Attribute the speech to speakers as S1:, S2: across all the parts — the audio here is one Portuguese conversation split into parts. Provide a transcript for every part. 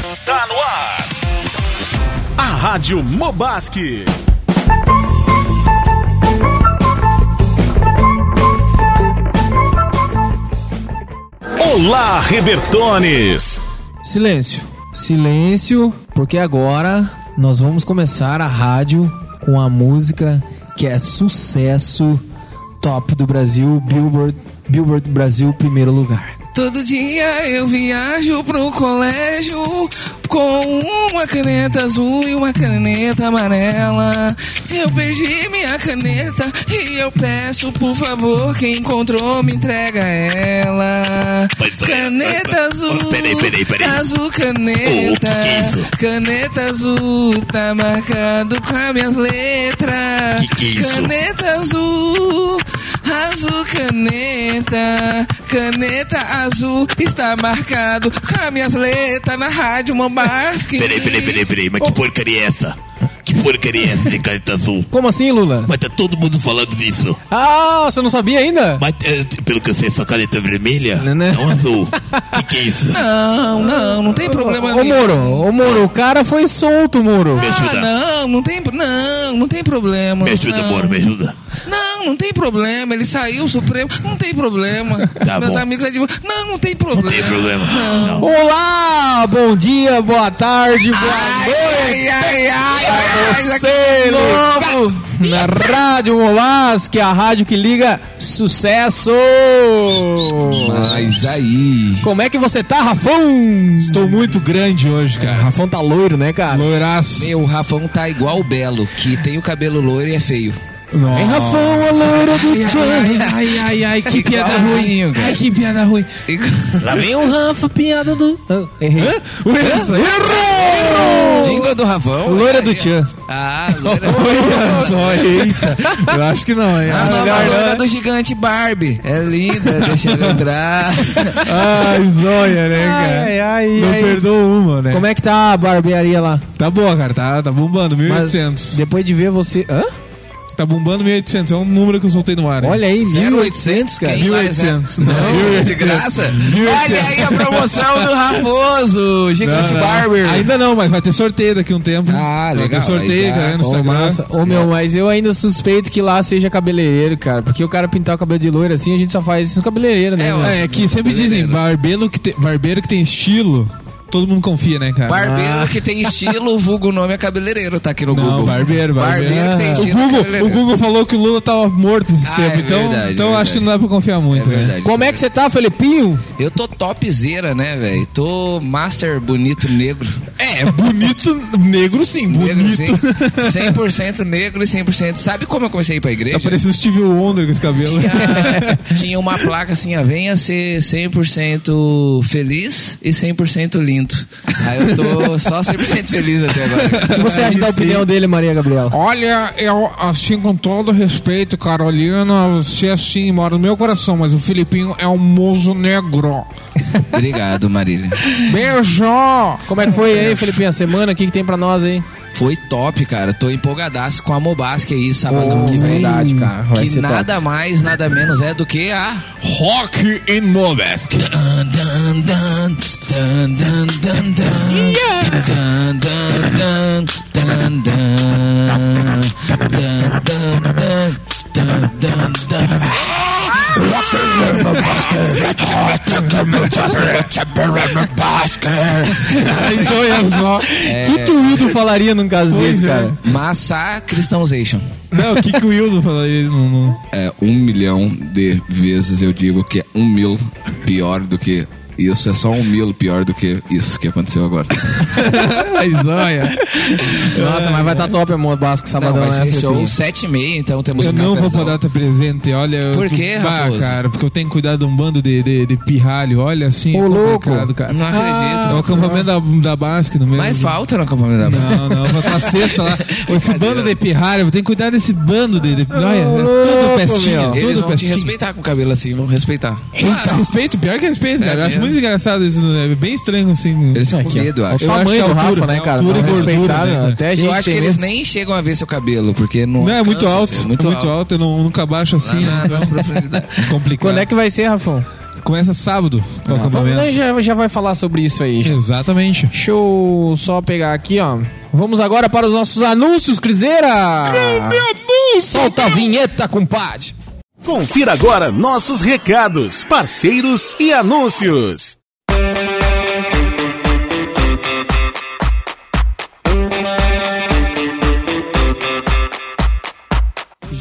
S1: Está no ar. A Rádio Mobasque. Olá, Rebertones.
S2: Silêncio. Silêncio, porque agora nós vamos começar a rádio com a música que é sucesso top do Brasil, Billboard, Billboard Brasil primeiro lugar.
S3: Todo dia eu viajo pro colégio com uma caneta azul e uma caneta amarela. Eu perdi minha caneta e eu peço, por favor, quem encontrou me entrega ela. Caneta azul,
S4: é. Peraí, peraí, peraí.
S3: azul caneta,
S4: Ô, o que que é isso?
S3: caneta azul tá marcado com as minhas letras.
S4: Que que é isso?
S3: Caneta azul, azul caneta, caneta azul está marcado com as minhas letras na rádio Mambasque.
S4: Peraí, peraí, peraí, peraí, mas que porcaria é essa? Que porcaria é essa de caneta azul?
S2: Como assim, Lula?
S4: Mas tá todo mundo falando disso.
S2: Ah, você não sabia ainda?
S4: Mas, é, pelo que eu sei, sua caneta é vermelha?
S2: Né, né?
S4: É um azul. que que é isso?
S3: Não, não, não tem problema é
S2: Ô, Moro, ô, Moro, o cara foi solto, Moro.
S4: Me
S3: Ah,
S4: ajuda.
S3: não, não tem, não, não tem problema.
S4: Me ajuda,
S3: não.
S4: amor, me ajuda.
S3: Não, não tem problema. Ele saiu Supremo, não tem problema.
S4: Tá
S3: Meus
S4: bom.
S3: amigos advogados, não, não tem problema.
S4: Não tem problema. Não.
S2: Olá, bom dia, boa tarde, boa noite.
S3: Ai, ai, ai, ai, ai,
S2: Você novo na Rádio Molas, que é a rádio que liga sucesso.
S5: Mas aí.
S2: Como é que você tá, Rafão?
S5: Estou muito grande hoje, cara.
S2: Rafão tá loiro, né, cara?
S5: Loiraço.
S3: Meu, o Rafão tá igual o Belo, que tem o cabelo loiro e é feio.
S2: Vem, Rafão, a loira do trem.
S5: Ai, ai, ai, que piada
S3: Igualzinho,
S5: ruim.
S3: cara.
S5: Ai, que piada ruim.
S4: Lá vem
S2: o Rafa, piada do... Errei. É
S5: Wilson, errou!
S3: Jingle do Rafão?
S2: Loira do Tchan.
S3: Ah, loira. Tá
S5: Olha só, eita. Eu acho que não, hein?
S3: A
S5: Acho
S3: nova
S5: que-
S3: loira do gigante Barbie. É linda, deixa eu entrar.
S5: Ai, zóia, né, cara?
S2: Ai, ai,
S5: não
S2: ai.
S5: perdoa uma, né?
S2: Como é que tá a barbearia lá?
S5: Tá boa, cara. Tá, tá bombando, 1800.
S2: depois de ver você... Hã?
S5: Tá bombando 1800. É um número que eu soltei no ar. hein?
S2: Olha aí,
S3: 0800, cara. Quem vai, Zé?
S5: 1800.
S3: Não, de
S5: 1800.
S3: graça?
S5: 1800.
S3: Olha aí a promoção do Raposo,
S5: Não,
S3: Gigante
S5: não.
S3: Barber.
S5: Ainda não, mas vai ter sorteio daqui a um tempo.
S3: Ah,
S5: Vai
S3: legal,
S5: ter sorteio,
S3: aí já.
S5: cara, no
S2: Ô,
S5: Instagram.
S2: massa. Ô, meu, mas eu ainda suspeito que lá seja cabeleireiro, cara. Porque o cara pintar o cabelo de loiro assim, a gente só faz isso no cabeleireiro, né?
S3: É,
S2: meu?
S5: É, é que sempre dizem, barbeiro que, te- barbeiro que tem estilo, todo mundo confia, né, cara?
S3: Barbeiro que tem estilo, vulgo nome é cabeleireiro, tá aqui no
S5: Não,
S3: Google.
S5: barbeiro, barbeiro. Ah.
S3: Barbeiro que tem
S5: O
S3: estilo, é
S5: Google, o
S3: cabeleireiro.
S5: Google falou que o Lula tava morto esse
S3: Ah,
S5: tempo,
S3: é
S5: então,
S3: verdade,
S5: então
S3: é
S5: acho que não dá pra confiar
S3: É
S5: muito, né?
S3: verdade.
S2: Como é que você tá, Felipinho?
S3: Eu tô topzera, né, velho? Tô master bonito negro.
S5: É, bonito, negro sim,
S3: Negro,
S5: bonito. Tá
S3: sim. 100% negro e 100%. Sabe como eu comecei a ir pra
S5: Tá
S3: igreja?
S5: parecendo o Steve Wonder com esse cabelo.
S3: é. Tinha, tinha uma placa assim, ah, venha ser 100% feliz e 100% lindo. Aí eu tô só 100% feliz até
S2: O que
S3: agora.
S2: você acha da opinião dele, Maria Gabriela?
S5: Olha, eu, assim, com todo respeito, Carolina, você assim, mora no meu coração, mas o Filipinho é um mozo negro.
S3: Obrigado, Marília.
S5: Beijo!
S2: Como é que foi aí, Felipinho, a semana? O que, que tem pra nós aí?
S3: Foi top, cara. Tô empolgadaço com a Mobasque aí, sabadão
S2: Oh,
S3: que vem.
S2: verdade, cara. Vai
S3: que
S2: ser top.
S3: nada mais, nada menos é do que a.
S5: Rock in Mobesk.
S3: Dun, dun, dun, dun, dun, dun, dun. Dun, dun, dun, dun, dun. Dun, dun, dun, dun, dun, dun.
S5: Mas olha só.
S2: O que, que o Hildo falaria num caso
S5: É, Pois
S2: desse,
S5: é.
S2: cara?
S3: Massa Cristãozation.
S5: Não, o que, que o Wilson falaria? Não, não.
S6: é um milhão de vezes eu digo que é um mil pior do que isso. É só um mil pior do que isso que aconteceu agora.
S5: Mas olha. É.
S2: Nossa, mas vai tá top, amor, Basco,
S3: Não, é
S2: sabadão,
S3: vai
S2: né,
S3: ser show
S2: Felipinho?
S3: 7h30, então temos
S5: Eu
S3: um
S5: não vou
S3: cafezão.
S5: poder estar presente, olha. eu
S3: Por
S5: tô-
S3: quê,
S5: Bah,
S3: Raposo?
S5: cara, porque eu tenho que cuidar de um bando de, de, de pirralho, olha assim.
S2: Ô,
S5: é
S2: louco.
S5: complicado, Cara.
S3: Não acredito.
S5: É o acampamento da, da Basque no mesmo.
S3: Mas falta no acampamento da Barra.
S5: Não, não, eu vou estar sexta lá. Esse bando de pirralho, eu tenho que cuidar desse bando de. de olha, é tudo
S2: louco,
S5: pestinha,
S2: meu.
S5: tudo
S3: Eles vão te
S5: pestinha.
S3: respeitar com o cabelo assim, vão respeitar.
S5: Eita, respeito, pior que respeito,
S3: É
S5: cara. Eu acho
S3: mesmo.
S5: muito engraçado isso, né? é bem estranho assim.
S6: Eles ficam
S2: Aqui,
S6: com
S2: ó.
S6: medo, eu acho.
S2: O
S5: Eu acho que
S2: tamanho
S5: é
S2: do
S5: altura,
S2: Rafa,
S5: né?
S2: né, cara?
S5: Altura
S2: Não
S5: e gordura,
S2: respeitaram,
S5: né, cara?
S2: até a gente
S3: Eu acho que
S2: tem
S3: eles
S2: medo.
S3: nem chegam a ver seu cabelo, porque não.
S5: Não, é muito
S3: alcança,
S5: alto.
S3: assim,
S5: Muito, alto, eu não, nunca baixo assim,
S3: Lá na-
S5: né?
S3: nas
S5: Então,
S3: profundidades.
S2: é
S5: complicado.
S2: Quando é que vai ser, Rafão?
S5: Começa sábado o
S2: Vamos,
S5: acampamento.
S2: já, já vai falar sobre isso aí. já.
S5: Exatamente.
S2: Deixa eu só pegar aqui, ó. Vamos agora para os nossos anúncios, Criseira! Solta a vinheta, compadre!
S1: Confira agora nossos recados, parceiros e anúncios.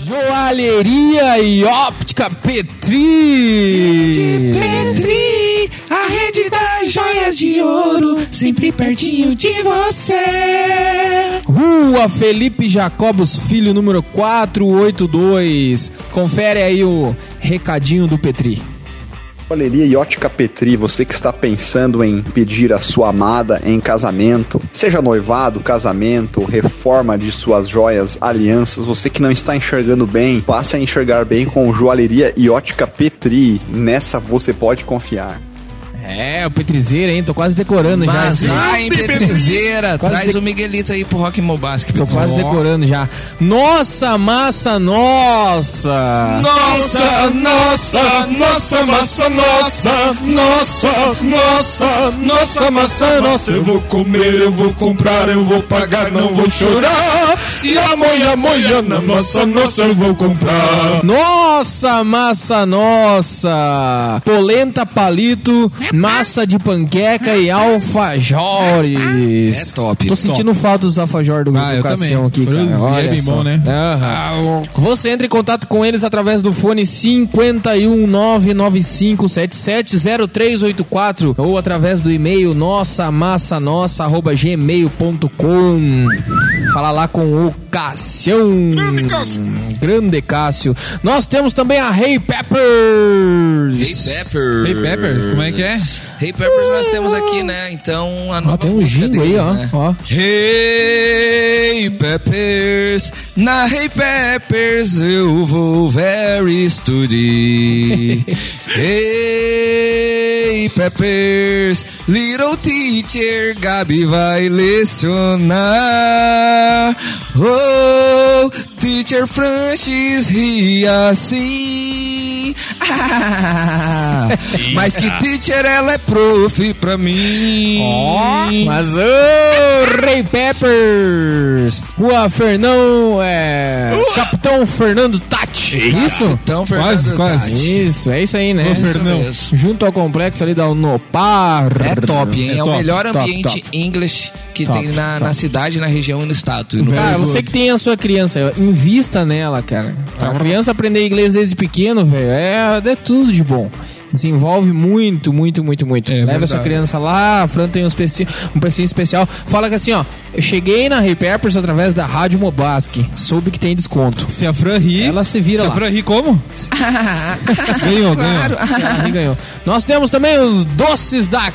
S2: Joalheria e óptica Petri!
S3: De Petri, a rede das joias de ouro, sempre pertinho de você.
S2: Rua Felipe Jacobos Filho, número 482. Confere aí o recadinho do Petri.
S7: Joalheria e ótica Petri, você que está pensando em pedir a sua amada em casamento, seja noivado, casamento, reforma de suas joias, alianças, você que não está enxergando bem, passe a enxergar bem com Joalheria e ótica Petri. Nessa você pode confiar.
S2: É, o Petrizeira, hein? Tô quase decorando
S5: né?
S2: já. esse-
S3: Bazar em Petrezeira,
S2: Quase
S3: traz
S2: de-
S3: o Miguelito aí pro Rock Mobasque.
S2: Tô quase decorando já. Nossa, massa, nossa!
S3: Nossa, nossa, nossa, massa, nossa, nossa, nossa, nossa, massa, nossa. Eu vou comer, eu vou comprar, eu vou pagar, não vou chorar. E amanhã, amanhã, na nossa, nossa, eu vou comprar.
S2: Nossa, massa nossa! Polenta palito, massa de panqueca e alfajores.
S8: É top.
S2: Tô sentindo falta dos alfajores do
S5: Ah, eu
S2: ah, Cassião aqui,
S5: também.
S2: cara.
S5: Pois é,
S2: Olha
S5: bem
S2: só.
S5: bom, né? Ah,
S2: Aham. Você entra em contato com eles através do fone um 51995770384 ou através do e-mail nossamassaNossa@gmail.com. Fala lá com o Cassião. Grande Cássio. Nós temos também a Hey Peppers.
S3: Hey Peppers.
S5: Hey Peppers, como é que é?
S3: Hey Peppers nós temos aqui, né? Então a
S2: Ó,
S3: nova
S2: tem um
S3: música
S2: jingle aí,
S3: deles,
S2: ó.
S3: né?
S2: ó.
S3: Hey Peppers, na Hey Peppers eu vou ver study. hey Peppers, little teacher Gabi vai lecionar. Oh, teacher Francis ri assim. Ah, mas que teacher ela é prof pra mim.
S2: Ó, mas ô, Ray Peppers! Rua Fernão, é... Capitão Fernando Tati, isso?
S3: Então,
S5: Quase,
S2: tá
S3: Uh! Fernando,
S5: quase.
S2: Isso, é isso aí, né?
S5: Ô, Fernão.
S3: mesmo.
S2: Junto ao complexo ali da Unopar.
S3: É top, hein? É,
S5: É
S3: o
S5: top,
S3: melhor
S2: top,
S3: ambiente English que
S2: Top,
S3: tem na,
S2: top.
S3: na cidade, na região e no estado. E no-
S2: Cara, você que tem a sua criança, aí, ó, invista nela, cara. A criança aprender inglês desde pequeno, velho, é, é tudo de bom. Desenvolve muito, muito, muito, muito.
S5: É
S2: Leva a
S5: verdade.
S2: sua criança lá, a Fran tem um, especi um precinho especial. Fala que assim, ó, eu cheguei na Hey Peppers através da Rádio Mobasque. Soube que tem desconto.
S5: Se a Fran ri.
S2: Ela se
S5: se
S2: vira
S5: a
S2: lá.
S5: Fran ri como? ganhou, ganhou.
S2: Ela ganhou. Nós temos também os doces da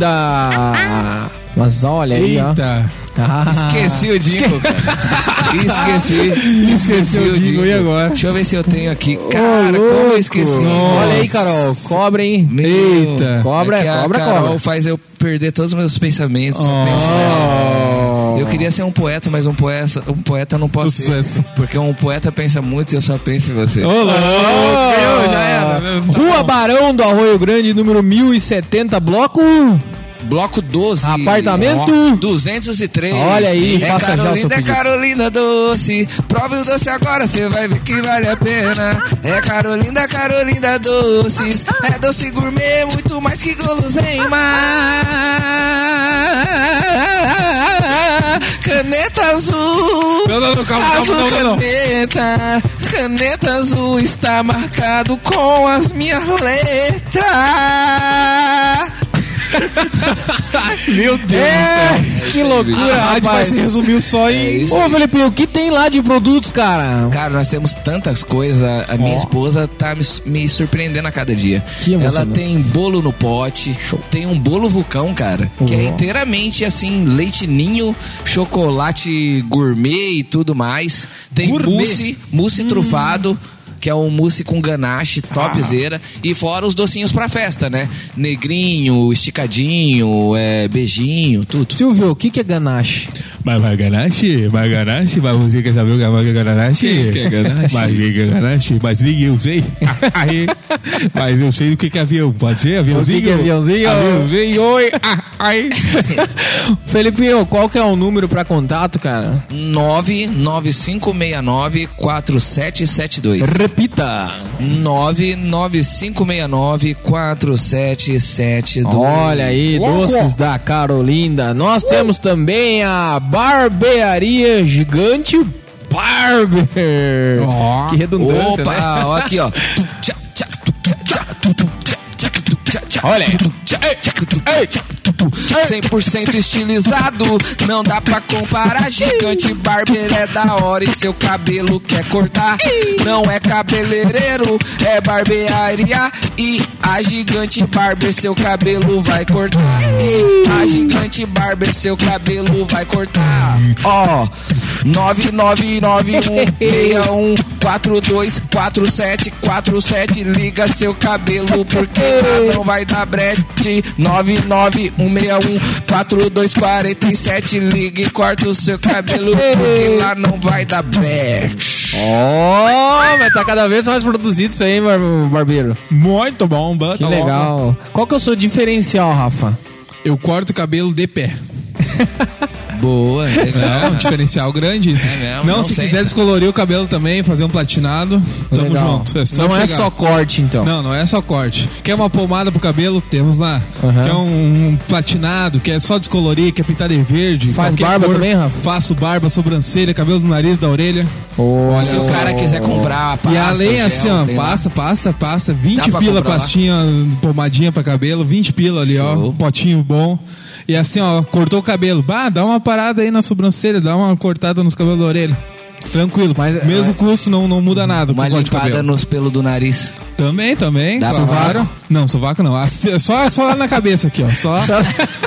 S2: Carolinda. Mas olha aí, ó.
S5: Eita.
S2: Ah.
S3: Esqueci o Dingo, cara. Esqueci.
S5: Esqueceu o Dingo, e agora?
S3: Deixa eu ver se eu tenho aqui. Cara, como eu
S2: louco.
S3: esqueci.
S2: Olha aí, Carol. Cobra, hein?
S3: Meu,
S5: Eita.
S2: Cobra,
S3: é que a
S2: cobra,
S3: Carol
S2: cobra.
S3: faz eu perder todos os meus pensamentos. Eu penso nela. Eu queria ser um poeta, mas um poeta, um poeta eu não posso ser.
S5: Sucesso.
S3: Porque um poeta pensa muito e eu só penso em você.
S5: Olá.
S2: Ah.
S5: né?
S2: Rua Barão do Arroio Grande, número 1070, bloco.
S3: Bloco 12.
S2: Apartamento? um.
S3: Ó, 203.
S2: Olha aí,
S3: é
S2: faça já o seu
S3: Carolina, é
S2: pedido.
S3: Carolina doce. Prove o doce agora, você vai ver que vale a pena. É Carolina, Carolina doces. É doce gourmet, muito mais que guloseima. Caneta azul.
S5: Não, não, não, calma, calma,
S3: azul
S5: calma, não.
S3: caneta. Caneta azul está marcado com as minhas letras.
S5: Meu Deus
S2: É, que loucura,
S5: A rádio vai
S2: rapaz. É
S5: se resumiu só em.
S2: Ô, Felipe, o que tem lá de produtos, cara?
S3: Cara, nós temos tantas coisas. A minha esposa tá me, me surpreendendo a cada dia.
S2: Que emocionante.
S3: Ela tem bolo no pote, tem um bolo vulcão, cara, que é inteiramente assim, leite ninho, chocolate gourmet e tudo mais. Tem
S5: Gourmet?
S3: mousse, mousse
S2: Hum.
S3: trufado. Que é um mousse com ganache, topzera.
S2: Ah.
S3: E fora os docinhos pra festa, né? Negrinho, esticadinho, é, beijinho, tudo.
S2: Silvio, o que que é ganache?
S5: Mas vai ganache? Vai ganache? Mas você quer saber o que é mais ganache?
S6: que é ganache?
S5: Mas o que é ganache? Mas nem eu sei. Aí, mas eu sei do que que é avião. Pode ser? Aviãozinho?
S2: O que que é aviãozinho?
S5: Aviãozinho. Oi. Ah, ai.
S2: Felipinho, qual que é o número pra contato, cara?
S3: 99569 4772.
S2: Repita!
S3: 99569 4772.
S2: Olha aí, doces da Carolinda. Nós temos também a barbearia gigante Barber.
S5: Ó.
S2: Que redundância,
S3: Opa,
S2: né?
S3: ó, aqui, ó. Tu, tchá, tchá, tu, tchá, tchá, tu, tu, tchá, tchá, tu, tchá, tchá, tu, tu, tchá, ei, tchá, tu, ei, tchá, tu, tu. 100% estilizado, não dá pra comparar. Gigante barbeiro é da hora e seu cabelo quer cortar. Não é cabeleireiro, é barbearia. E a gigante barber seu cabelo vai cortar. E a gigante barber seu cabelo vai cortar. Ó, um, 9991614247447 liga seu cabelo porque lá não vai dar brete 991614247 liga e corta o seu cabelo porque lá não vai dar brete
S2: Ó, mas tá cada vez mais produzido isso aí, hein, bar- barbeiro. Tá
S5: Muito bom. bata
S2: Que
S5: logo.
S2: legal. Qual que é o seu diferencial, Rafa?
S5: Eu corto o cabelo de pé.
S3: boa
S5: É
S3: legal
S5: um diferencial grande isso.
S3: É mesmo,
S5: não,
S3: não
S5: se
S3: sei.
S5: quiser descolorir o cabelo também, fazer um platinado, tamo
S2: Legal.
S5: junto. É só
S2: não é
S5: chegar.
S2: só corte, então.
S5: Não, não é só corte. Quer uma pomada pro cabelo? Temos lá.
S2: Aham.
S5: Quer um, um platinado, quer só descolorir, quer pintar de verde.
S2: Faz
S5: qualquer
S2: barba também, Rafa?
S5: Faço barba, sobrancelha, cabelo do nariz, da orelha.
S2: Olha,
S3: se o cara quiser comprar pasta,
S5: e além
S3: gel,
S5: assim, ó,
S3: tem lá.
S5: pasta, pasta, pasta, 20
S3: Dá pra
S5: pila
S3: comprar lá?
S5: pastinha, pomadinha pra cabelo, 20 pila ali, ó,
S3: Show.
S5: um potinho bom. E assim, ó, cortou o cabelo. Bah, dá uma parada aí na sobrancelha, dá uma cortada nos cabelos da orelha. Tranquilo,
S2: Mas-
S5: mesmo custo não, não muda nada. com
S3: uma
S5: o corte de
S3: limpada
S5: cabelo.
S3: nos pelos do nariz
S5: Também, também.
S3: Dá
S5: sovaco?
S3: sovaco?
S5: Não, sovaco não. Ah, se- Só, só na cabeça aqui, ó. Só,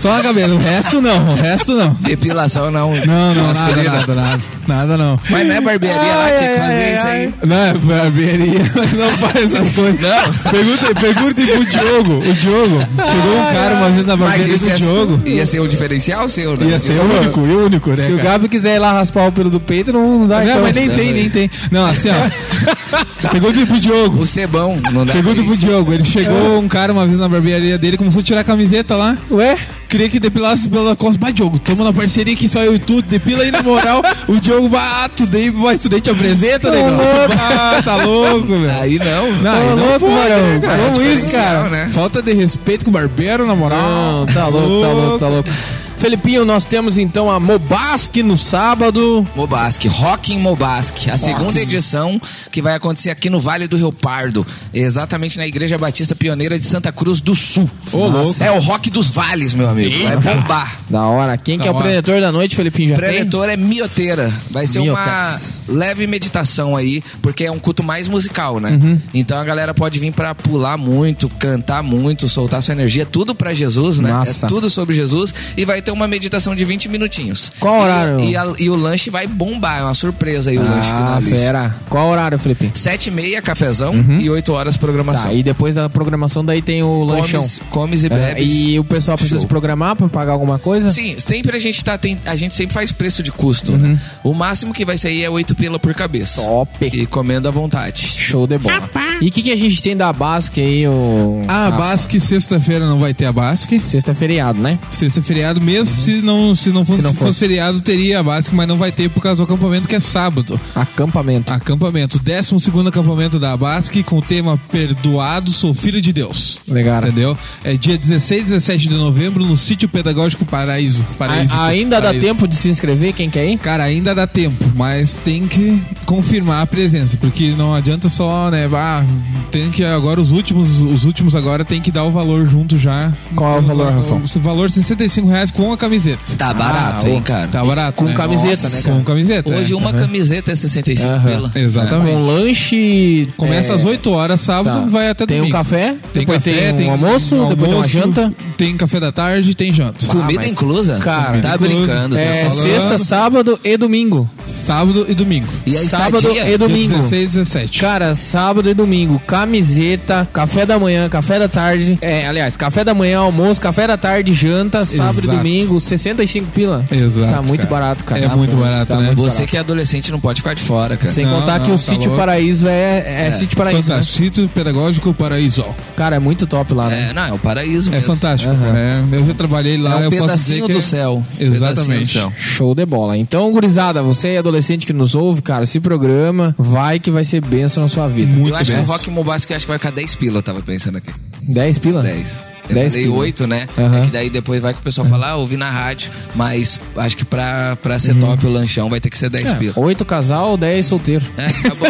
S5: só na cabeça. O resto não, o resto não.
S3: depilação não
S5: Não, não, nada, nada, nada. Nada não.
S3: mas não é barbearia lá tinha que fazer isso aí
S5: Não, é barbearia, mas não faz essas coisas. Não. Pergunta, pergunta aí pro Diogo. O Diogo. Chegou um cara uma vez na
S3: mas
S5: barbearia
S3: isso é
S5: do
S3: ia,
S5: Diogo.
S3: ia ser o diferencial seu né?
S5: Ia ser o único, e o único, né?
S2: se o
S5: cara?
S2: Gabi quiser ir lá raspar o pelo do peito, não dá,
S5: Não,
S2: então.
S5: mas nem
S3: Não,
S5: tem,
S3: não.
S5: nem tem. Não, assim, ó. Pergunta aí pro Diogo.
S3: o cebão não dá
S5: Pergunta pro Diogo, ele chegou um cara uma vez na barbearia dele, começou a tirar a camiseta lá.
S2: Ué?
S5: Queria que depilasse pela costa. Mas, Diogo, tamo na parceria aqui, só eu e tu. Depila aí na moral. o Diogo, bah, tu dei, mas tu dei te apresenta, negão. Ah, tá louco, velho.
S3: Aí não.
S5: Não,
S2: Tá
S5: aí não
S2: louco,
S5: pode,
S2: Marão?
S5: né, cara?
S2: Tá
S5: Como
S3: louco
S5: isso, cara?
S3: né?
S5: Falta de respeito com o barbeiro, na moral.
S2: Não, tá louco, tá louco, tá louco. Felipinho, nós temos então a Mobasque no sábado.
S3: Mobasque, Rock em Mobasque, a segunda edição que vai acontecer aqui no Vale do Rio Pardo, exatamente na Igreja Batista Pioneira de Santa Cruz do Sul.
S5: louco.
S3: É o rock dos vales, meu amigo. Vai bombar.
S2: Da hora. Quem que é o
S5: hora.
S2: preletor da noite, Felipinho? Já
S3: O
S2: tem?
S3: preletor é mioteira. Vai ser
S2: Miotecas.
S3: uma leve meditação aí, porque é um culto mais musical, né?
S2: Uhum.
S3: Então a galera pode vir pra pular muito, cantar muito, soltar sua energia, tudo pra Jesus, né?
S2: Massa.
S3: É tudo sobre Jesus. E vai ter uma meditação de 20 minutinhos.
S2: Qual horário?
S3: E, a- e o lanche vai bombar, é uma surpresa aí o lanche
S2: Ah,
S3: finalista.
S2: fera. Qual horário, Felipinho?
S3: Sete e meia, cafezão, e 8 horas programação.
S2: Tá, e depois da programação daí tem o lanchão.
S3: comes, comes e
S2: É,
S3: bebes.
S2: e o pessoal precisa se programar pra pagar alguma coisa?
S3: Sim, sempre a gente tá tem, a gente sempre faz preço de custo, né?
S2: Uhum.
S3: O máximo que vai sair é 8 pila por cabeça.
S2: Top.
S3: E comendo à vontade.
S2: Show de bola. E o que, que a gente tem da Basque aí, o...
S5: Ah, a Basque, sexta-feira não vai ter a Basque.
S2: Sexta é feriado, né?
S5: Sexta é feriado, mesmo se não, se não, fosse,
S2: Se não
S5: se fosse
S2: fosse.
S5: feriado, teria a Basque, mas não vai ter por causa do acampamento que é sábado. Ah,
S2: Acampamento.
S5: Acampamento, 12 segundo acampamento da Abasque com o tema Perdoado, sou filho de Deus.
S2: Legal.
S5: Entendeu? É dia 16 17 de novembro no sítio pedagógico Paraíso. Paraíso
S2: A- ainda dá
S5: Paraíso.
S2: tempo de se inscrever, quem quer ir?
S5: Cara, ainda dá tempo, mas tem que confirmar a presença, porque não adianta só, né, ah, tem que agora os últimos, os últimos agora tem que dar o valor junto já.
S2: Qual é o valor, Rafão?
S5: O valor R$ 65 reais com a camiseta.
S3: Tá barato, hein, cara?
S5: Ah, Tá barato,
S2: Com
S5: né?
S2: camiseta, né, cara?
S5: Com camiseta.
S3: Hoje
S5: é.
S3: uma Tá, camiseta é 65
S2: Aham.
S3: pila.
S5: Exatamente.
S2: Com lanche...
S5: Começa
S2: é,
S5: às 8 horas, sábado,
S2: tá.
S5: vai até
S2: Tem um
S5: domingo.
S2: café,
S5: Tem
S2: depois
S5: café,
S2: tem um almoço, depois tem uma janta.
S5: Tem café da tarde, tem janta.
S3: É. Comida inclusa?
S2: Cara,
S3: tá
S5: inclusa.
S3: brincando.
S5: Tá
S2: É,
S5: falando.
S2: sexta, sábado e domingo.
S5: Sábado e domingo.
S3: E a
S2: Sábado
S3: estadia?
S2: e domingo.
S5: Dia 16 e 17.
S2: Cara, sábado e domingo, camiseta, café da manhã, café da tarde. É, aliás, café da manhã, almoço, café da tarde, janta, sábado e
S5: Exato.
S2: domingo, 65 pila.
S5: Exato,
S2: Tá muito
S5: cara.
S2: barato, cara.
S5: É
S2: Tá
S5: muito
S2: bom,
S5: barato,
S2: tá
S5: né?
S2: muito
S3: Você
S2: barato.
S3: que é adolescente não pode ficar de fora, cara.
S2: Sem
S5: Não,
S2: contar que
S5: não,
S2: o
S5: tá
S2: Sítio
S5: louco.
S2: Paraíso é, é, Sítio Paraíso. né?
S5: Fantástico. Sítio Pedagógico Paraíso. ó.
S2: Cara, é muito top lá, né?
S3: É, não, é o paraíso
S5: É
S3: mesmo.
S5: fantástico, cara. É, Eu já trabalhei
S3: É
S5: lá,
S3: um
S5: eu posso dizer
S3: pedacinho
S5: que
S3: do
S5: é-
S3: céu. Pedacinho do
S5: Exatamente.
S3: céu.
S2: Show de bola. Então, gurizada, você é adolescente que nos ouve, cara, se programa, vai que vai ser benção na sua vida.
S5: Muito
S3: eu acho
S5: bem.
S3: que o Rock Mobasque acho que vai ficar 10 pila, eu tava pensando aqui.
S2: 10
S5: Ah.
S2: pila?
S3: 10. Eu
S2: 10
S3: falei
S2: pila.
S3: 8, né?
S2: Aham.
S3: É que daí depois vai que o pessoal fala, ah, ouvi na rádio, mas acho que pra, pra ser
S5: Uhum.
S3: top o lanchão vai ter que ser 10
S5: É.
S3: pila.
S2: 8 casal, 10 solteiro.
S3: É, tá bom.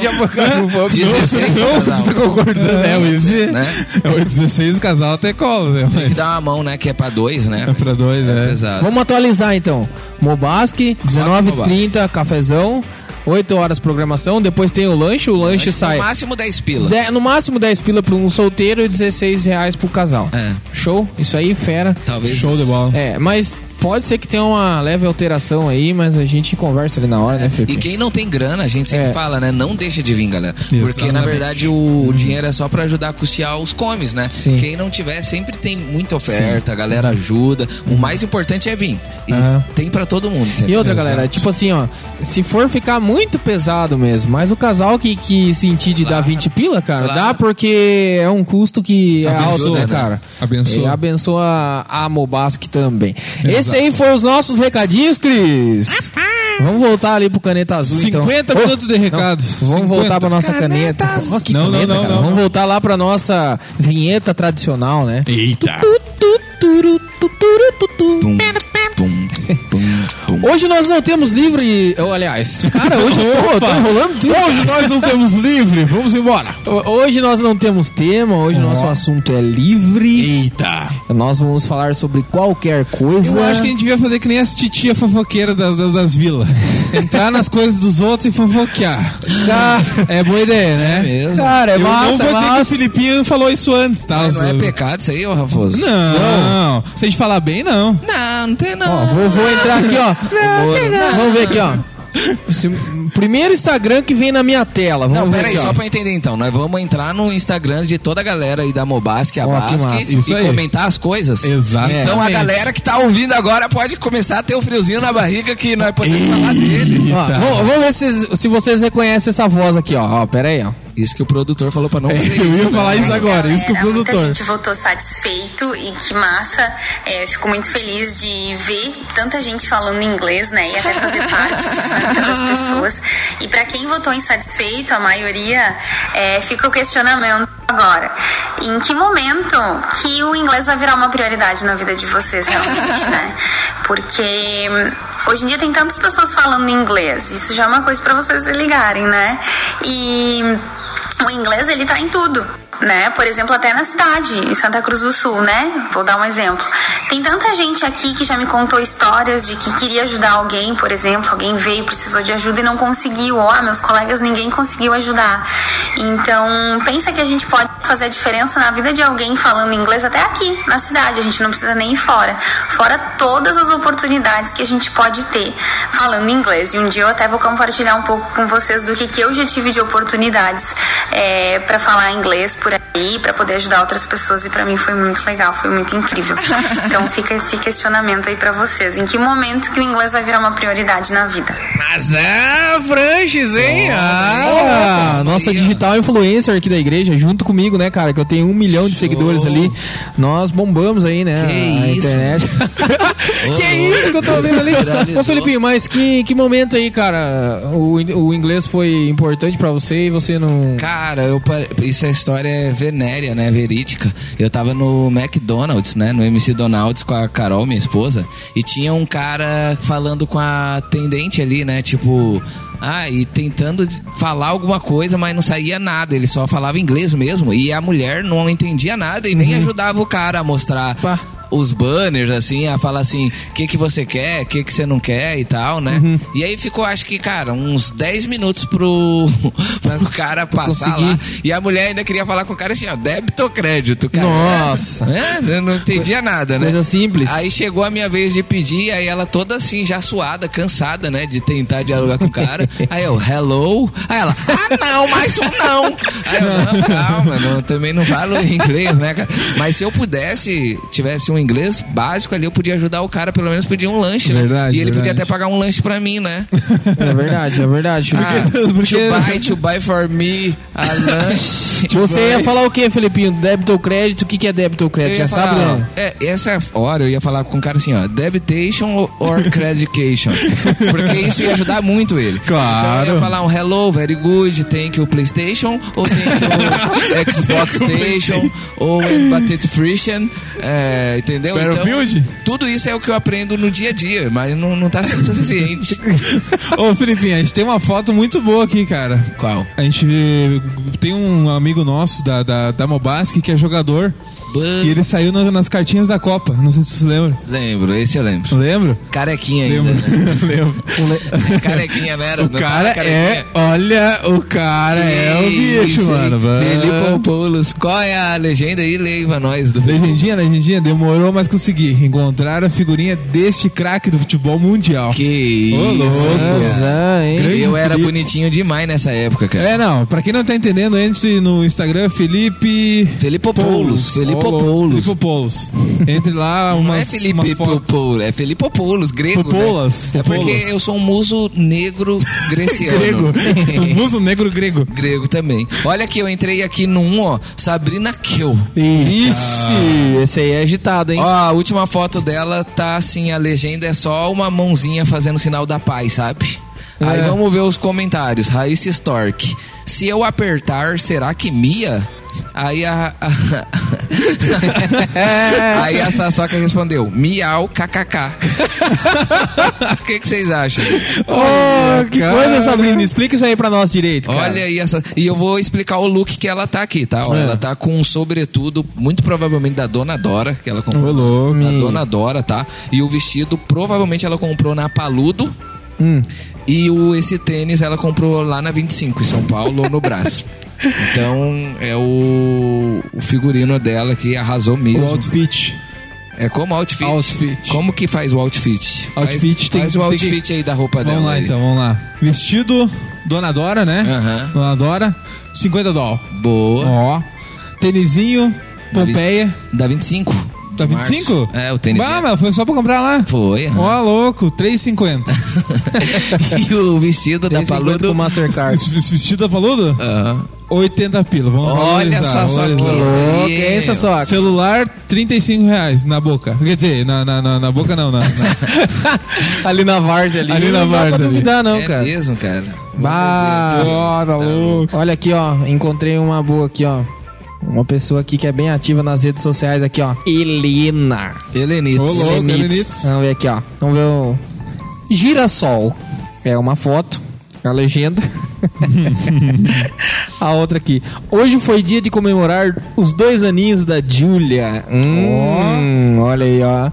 S2: Já vou ficar com fome.
S3: 16 casal.
S5: Concordando, né, Luiz?
S3: Né?
S5: É o 16 casal até cola, né?
S3: Tem que
S5: Mas
S3: dar uma mão, né? Que é pra dois, né?
S5: é pra dois,
S3: É
S5: é.
S3: pesado.
S2: Vamos atualizar então. Mobasque, 19h30, cafezão, 8 horas programação, depois tem o lanche, o lanche sai.
S3: No máximo 10 pila.
S2: de- no máximo 10 pila para um solteiro e 16 reais pro casal.
S3: É.
S2: Show? Isso aí, fera.
S3: Talvez.
S5: Show de bola.
S2: É, mas pode ser que tenha uma leve alteração aí, mas a gente conversa ali na hora, né,
S3: E
S2: Felipe?
S3: quem não tem grana, a gente sempre
S2: É.
S3: fala, né? Não deixa de vir, galera. Porque, na
S5: Exatamente. Uhum.
S3: verdade, o dinheiro é só pra ajudar a custear os comes, né?
S2: Sim.
S3: Quem não tiver, sempre tem muita oferta, a galera ajuda. O mais importante é vir. E
S2: Aham.
S3: tem pra todo mundo, entendeu?
S2: E outra, galera, tipo assim, ó, se for ficar muito pesado mesmo, mas o casal que, que sentir de dar 20 pila, cara,
S3: Claro.
S2: dá porque é um custo que é alto,
S5: Abençoa, né?
S2: cara.
S5: Abençoa.
S2: E abençoa a Mobask também. Esse aí foi os nossos recadinhos, Cris. Vamos voltar ali pro Caneta Azul, então.
S5: 50
S2: Ô,
S5: minutos de recado.
S2: Vamos
S5: 50.
S2: voltar pra nossa caneta. Ó, que
S5: Não, não, não,
S2: cara.
S5: não,
S2: Vamos
S5: não.
S2: voltar lá pra nossa vinheta tradicional, né?
S4: Eita.
S2: Tu, turu, tu, turu, tu, tu.
S3: Pum, pum, pum, pum.
S2: Hoje nós não temos livro e. Oh, aliás, cara, hoje eu tô, eu tô tá enrolando tudo.
S5: Hoje nós não temos livre, vamos embora.
S2: Ho- Hoje nós não temos tema, hoje nosso assunto é livre.
S4: Eita.
S2: Nós vamos falar sobre qualquer coisa.
S5: Eu acho que a gente devia fazer que nem as titia fofoqueira das, das, das vilas. Entrar nas coisas dos outros e fofoquear. é boa ideia, né?
S3: mesmo.
S2: Cara, Tá. é
S5: Eu
S2: massa, é
S5: não vou dizer que o
S2: massa.
S5: Filipinho falou isso antes, tá?
S3: Não é pecado isso aí, ô Rafoso?
S5: Não, se a gente falar bem, não.
S3: Não, não tem
S2: Ó,
S3: não.
S2: vou, vou entrar aqui, ó.
S3: Moro.
S2: Vamos ver aqui, ó. Esse primeiro Instagram que vem na minha tela. Vamos
S3: Não,
S2: ver
S3: peraí,
S2: aqui, ó.
S3: só pra entender então. Nós vamos entrar no Instagram de toda a galera aí da Mobasque, a
S2: Ó, que
S3: Basque,
S2: massa.
S3: e
S5: Isso aí.
S3: comentar as coisas.
S5: Exatamente.
S3: Então a galera que tá ouvindo agora pode começar a ter o friozinho na barriga que nós podemos falar deles.
S2: Ó, vamos, vamos ver se, se vocês reconhecem essa voz aqui, ó. ó peraí, ó.
S3: Isso que o produtor falou pra não fazer
S5: Eu
S3: isso, né?
S5: ia falar isso agora, isso que o
S9: Galera, então, Muita
S5: produtor.
S9: gente votou satisfeito e que massa. É, eu fico muito feliz de ver tanta gente falando inglês, né? E até fazer parte disso na vida das pessoas. E pra quem votou insatisfeito, a maioria, é, fica o questionamento agora. Em que momento que o inglês vai virar uma prioridade na vida de vocês realmente, né? Porque hum, hoje em dia tem tantas pessoas falando inglês. Isso já é uma coisa pra vocês se ligarem, né? E o inglês ele tá em tudo, né? Por exemplo, até na cidade, em Santa Cruz do Sul, né? Vou dar um exemplo. Tem tanta gente aqui que já me contou histórias de que queria ajudar alguém, por exemplo, alguém veio, precisou de ajuda e não conseguiu, ou ah, meus colegas ninguém conseguiu ajudar. Então, pensa que a gente pode fazer a diferença na vida de alguém falando inglês até aqui, na cidade, a gente não precisa nem ir fora. Fora todas as oportunidades que a gente pode ter falando inglês. E um dia eu até vou compartilhar um pouco com vocês do que, que eu já tive de oportunidades é, para falar inglês por aí, para poder ajudar outras pessoas. E para mim foi muito legal, foi muito incrível. Então fica esse questionamento aí para vocês. Em que momento que o inglês vai virar uma prioridade na vida?
S2: Mas é, Franches, hein? ah,
S3: Maria.
S2: nossa digital influencer aqui da igreja, junto comigo, né, cara? Que eu tenho um milhão de seguidores ali. Nós bombamos aí, né?
S3: Que
S2: a
S3: isso.
S2: internet. que isso que eu tô vendo ali?
S3: Viralizou.
S2: Ô, Felipinho, mas que, que momento aí, cara? O, in- o inglês foi importante pra você e você
S5: Hum.
S2: não.
S3: Cara, eu pare- isso é história venérea, né? Verídica. Eu tava no McDonald's, né? No MC Donald's com a Carol, minha esposa. E tinha um cara falando com a atendente ali, né? Tipo. Ah, e tentando de- falar alguma coisa, mas não saía nada. Ele só falava inglês mesmo. E a mulher não entendia nada e nem ajudava o cara a mostrar.
S2: Pá.
S3: os banners, assim, a falar assim, o que, que você quer, o que, que você não quer e tal, né?
S2: Uhum.
S3: E aí ficou, acho que, cara, uns 10 minutos pro, pra o cara passar
S2: conseguir.
S3: lá. E a mulher ainda queria falar com o cara assim, ó, débito ou crédito, cara.
S2: Nossa.
S3: É, eu não entendia nada, né?
S2: Coisa simples.
S3: Aí chegou a minha vez de pedir, aí ela toda assim, já suada, cansada, né? De tentar dialogar com o cara. Aí eu, hello? Aí ela, ah não, mais um não. Aí eu, não, calma, não, também não falo inglês, né, cara? Mas se eu pudesse, tivesse um inglês básico ali, eu podia ajudar o cara, pelo menos pedir um lanche, né?
S5: Verdade,
S3: e ele podia
S5: verdade.
S3: até pagar um lanche pra mim, né?
S2: É verdade, é verdade.
S3: Ah, to buy, to buy for me, a lanche.
S5: Tipo,
S2: Você ia falar o quê, Felipinho? Débito ou crédito? O que, que é débito ou
S3: Eu
S2: crédito? Já
S3: ia falar,
S2: sabe, né?
S3: ó,
S2: Bruno?
S3: É, essa hora eu ia falar com o cara assim, ó, debitation or creditation. Porque isso ia ajudar muito ele.
S5: Claro.
S3: Então eu ia falar um hello, very good, thank you PlayStation, ou thank you Xbox Station, ou Batet Frischen, é, entendeu?
S5: Battlefield?
S3: tudo isso é o que eu aprendo no dia a dia, mas não, não tá sendo suficiente.
S5: Ô, Felipinho, a gente tem uma foto muito boa aqui, cara.
S3: Qual?
S5: A gente vê- tem um amigo nosso da, da, da Mobasque que é jogador. E ele saiu na- nas cartinhas da Copa. Não sei se vocês lembram.
S3: Lembro, esse eu lembro.
S5: Lembro?
S3: Carequinha ainda.
S5: Lembro.
S3: né?
S5: Lembro.
S3: Carequinha, né? Era-
S5: O
S2: tá
S3: não
S5: cara
S3: tava carequinha.
S5: é. Olha, o cara é o bicho,
S3: Isso,
S5: mano.
S3: hein? Felipe
S5: Bah.
S3: Poulos, qual é a legenda aí? Leia pra nós do
S5: Legendinha, legendinha, demorou, mas consegui encontrar a figurinha deste craque do futebol mundial.
S3: Que isso.
S5: Ô, louco.
S3: cara.
S2: Ah, hein?
S5: Grande
S3: Eu era
S5: Felipe.
S3: bonitinho demais nessa época, cara.
S5: É, não, pra quem não tá entendendo, entre no Instagram, Felipe.
S3: Felipe Poulos. Felipe
S5: Ô, louco,
S3: Poulos.
S5: Felipe Poulos. Entre lá,
S3: Não
S5: umas,
S3: é Felipe
S5: uma foto.
S3: Popoulos, é Felipe Popoulos, grego.
S5: Popoulas,
S3: né? É
S5: Popoulas.
S3: porque eu sou um muso negro greciano.
S5: Grego. Muso negro grego.
S3: grego também. Olha que eu entrei aqui num, ó, Sabrina Kill.
S2: Ixi, esse aí é agitado, hein?
S3: Ó, a última foto dela tá assim, a legenda é só uma mãozinha fazendo sinal da paz, sabe? Aí vamos ver os comentários. Raíssa Stork. Se eu apertar, será que Mia? Aí a. a- Aí a Sassoca respondeu: Miau, kkk. O que que vocês acham?
S2: Ô, que coisa, Sabrina. Explica isso aí pra nós direito, cara.
S3: Olha aí essa. E eu vou explicar o look que ela tá aqui, tá?
S5: É.
S3: Ó, Ela tá com um sobretudo, muito provavelmente da Dona Dora, que ela comprou. Da Dona Dora, tá? E o vestido, provavelmente ela comprou na Paludo.
S5: Hum.
S3: E o, esse tênis ela comprou lá na 25, em São Paulo, ou no Brás. Então, é o, o figurino dela que arrasou
S5: O
S3: mesmo.
S5: outfit.
S3: É como outfit.
S5: Outfit.
S3: Como que faz o outfit?
S5: Outfit
S3: faz,
S5: tem-
S3: faz o
S5: tem
S3: outfit aí da roupa dela.
S5: Vamos lá
S3: aí.
S5: então, vamos lá. Vestido, Dona Dora, né?
S3: Aham.
S5: Dona Dora, 50 dólar.
S3: Boa.
S5: Ó. Tênisinho, Pompeia.
S3: Da 25. de
S5: Da
S3: março.
S5: 25?
S3: É, o tênis.
S5: Ah, mas foi só pra comprar lá.
S3: Foi. aham.
S5: Ó, louco, 3,50.
S3: e o vestido tá da
S2: 3,50
S3: Paludo.
S2: tá com Mastercard.
S5: Esse Vestido da paluda?
S3: Aham.
S5: 80 pila. Vamos
S3: Olha
S5: valorizar,
S3: essa
S5: valorizar.
S3: sacola.
S2: Ô, que é isso, só?
S5: Celular, 35 reais na boca. Quer dizer, na, na, na, na boca não, na, na-
S2: Ali na várzea ali.
S5: Ali na
S2: não dá
S5: várzea
S2: pra
S5: ali.
S2: duvidar, não,
S3: é
S2: cara.
S3: mesmo, cara.
S2: Bah,
S5: Bora, Tá louco.
S2: Olha aqui, ó. Encontrei uma boa aqui, ó. Uma pessoa aqui que é bem ativa nas redes sociais aqui, ó. Helena.
S3: Helenites.
S5: Ô, louco, Helenites.
S2: Vamos ver aqui, ó. Vamos ver o. Girassol. É uma foto. A legenda. a outra aqui. Hoje foi dia de comemorar os dois aninhos da Julia. Hum, Olha aí, ó.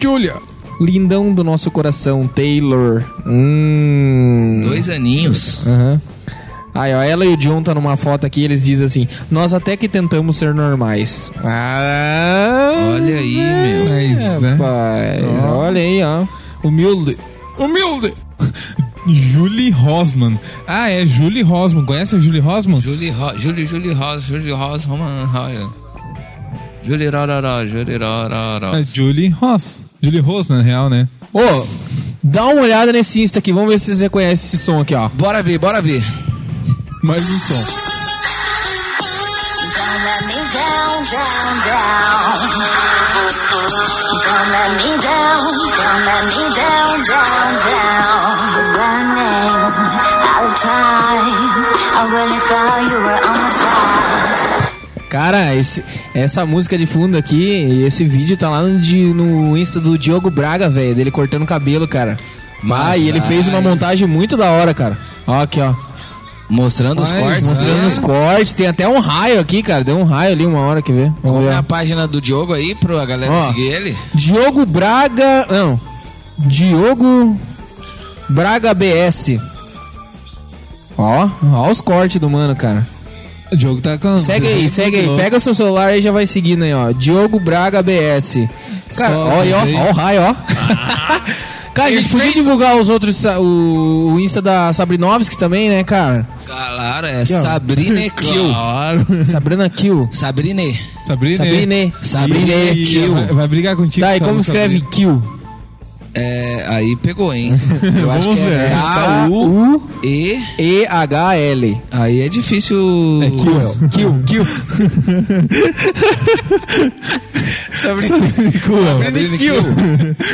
S5: Julia.
S2: Lindão do nosso coração, Taylor. Hum.
S3: Dois aninhos.
S2: Aham. Aí, ó, ela e o John tá numa foto aqui, eles dizem assim: Nós até que tentamos ser normais. Ah,
S3: Olha aí, meu.
S2: É,
S5: Mas, né?
S2: Rapaz, olha aí, ó.
S5: Humilde. Humilde. Julie Rosman. Ah, é Julie Rosman. Conhece a Julie Rosman?
S3: Julie Ross, Julie, Julie Ross, Julie Ross, Roman Royal. Julie Rororó, Julie Rororó.
S5: É Julie Ross. Julie Rose, na real, né?
S2: Ô, dá uma olhada nesse Insta aqui, vamos ver se vocês reconhecem esse som aqui, ó.
S3: Bora ver, bora ver.
S5: Mais um som.
S9: Gonna me down, down, down. Gonna me down, gonna me down, down, down. Running out of time. I really thought you were on my side.
S2: Cara, esse- essa música de fundo aqui, e esse vídeo tá lá no, di- no Insta do Diogo Braga, velho, dele cortando o cabelo, cara. Mas,
S3: Mas,
S2: e ele fez uma
S3: ai.
S2: montagem muito da hora, cara. Ó, aqui, ó.
S3: Mostrando os
S5: Mas,
S3: cortes.
S5: mostrando
S3: né?
S2: Dando os cortes, tem até um raio aqui, cara. Deu um raio ali, uma hora que vê. Vamos
S3: Como
S2: ver,
S3: é
S2: ó.
S3: a página do Diogo aí, pra galera
S2: Ó.
S3: seguir ele?
S2: Diogo Braga. Não. Diogo Braga BS. Ó, ó os cortes do mano, cara.
S5: O Diogo tá com.
S2: Segue aí, segue aí. Pega seu celular e já vai seguindo aí, ó. Diogo Braga BS. Cara,
S5: Só
S2: ó, aí, ó,
S5: aí.
S2: ó o raio, ó. cara, a gente podia divulgar os outros, sa- o, o Insta da Sabrinovski também, né, cara?
S3: Claro, é
S2: ó.
S3: Sabrine Kill.
S5: Claro.
S2: Sabrina Kill.
S3: Sabrine.
S5: Sabrina.
S2: Sabrine.
S3: Sabrine
S5: Ih,
S3: Kill.
S5: Vai, vai brigar contigo.
S2: Tá, e
S5: sabe,
S2: como
S5: Sabrina?
S2: escreve Kill?
S3: É, aí pegou, hein? Eu acho
S5: Vamos
S3: que
S5: ver.
S3: é
S2: Tá,
S3: K-U-E.
S2: E-H-L.
S3: Aí é difícil.
S5: É Kill.
S2: Kill, Kill.
S3: Sabrina Kill.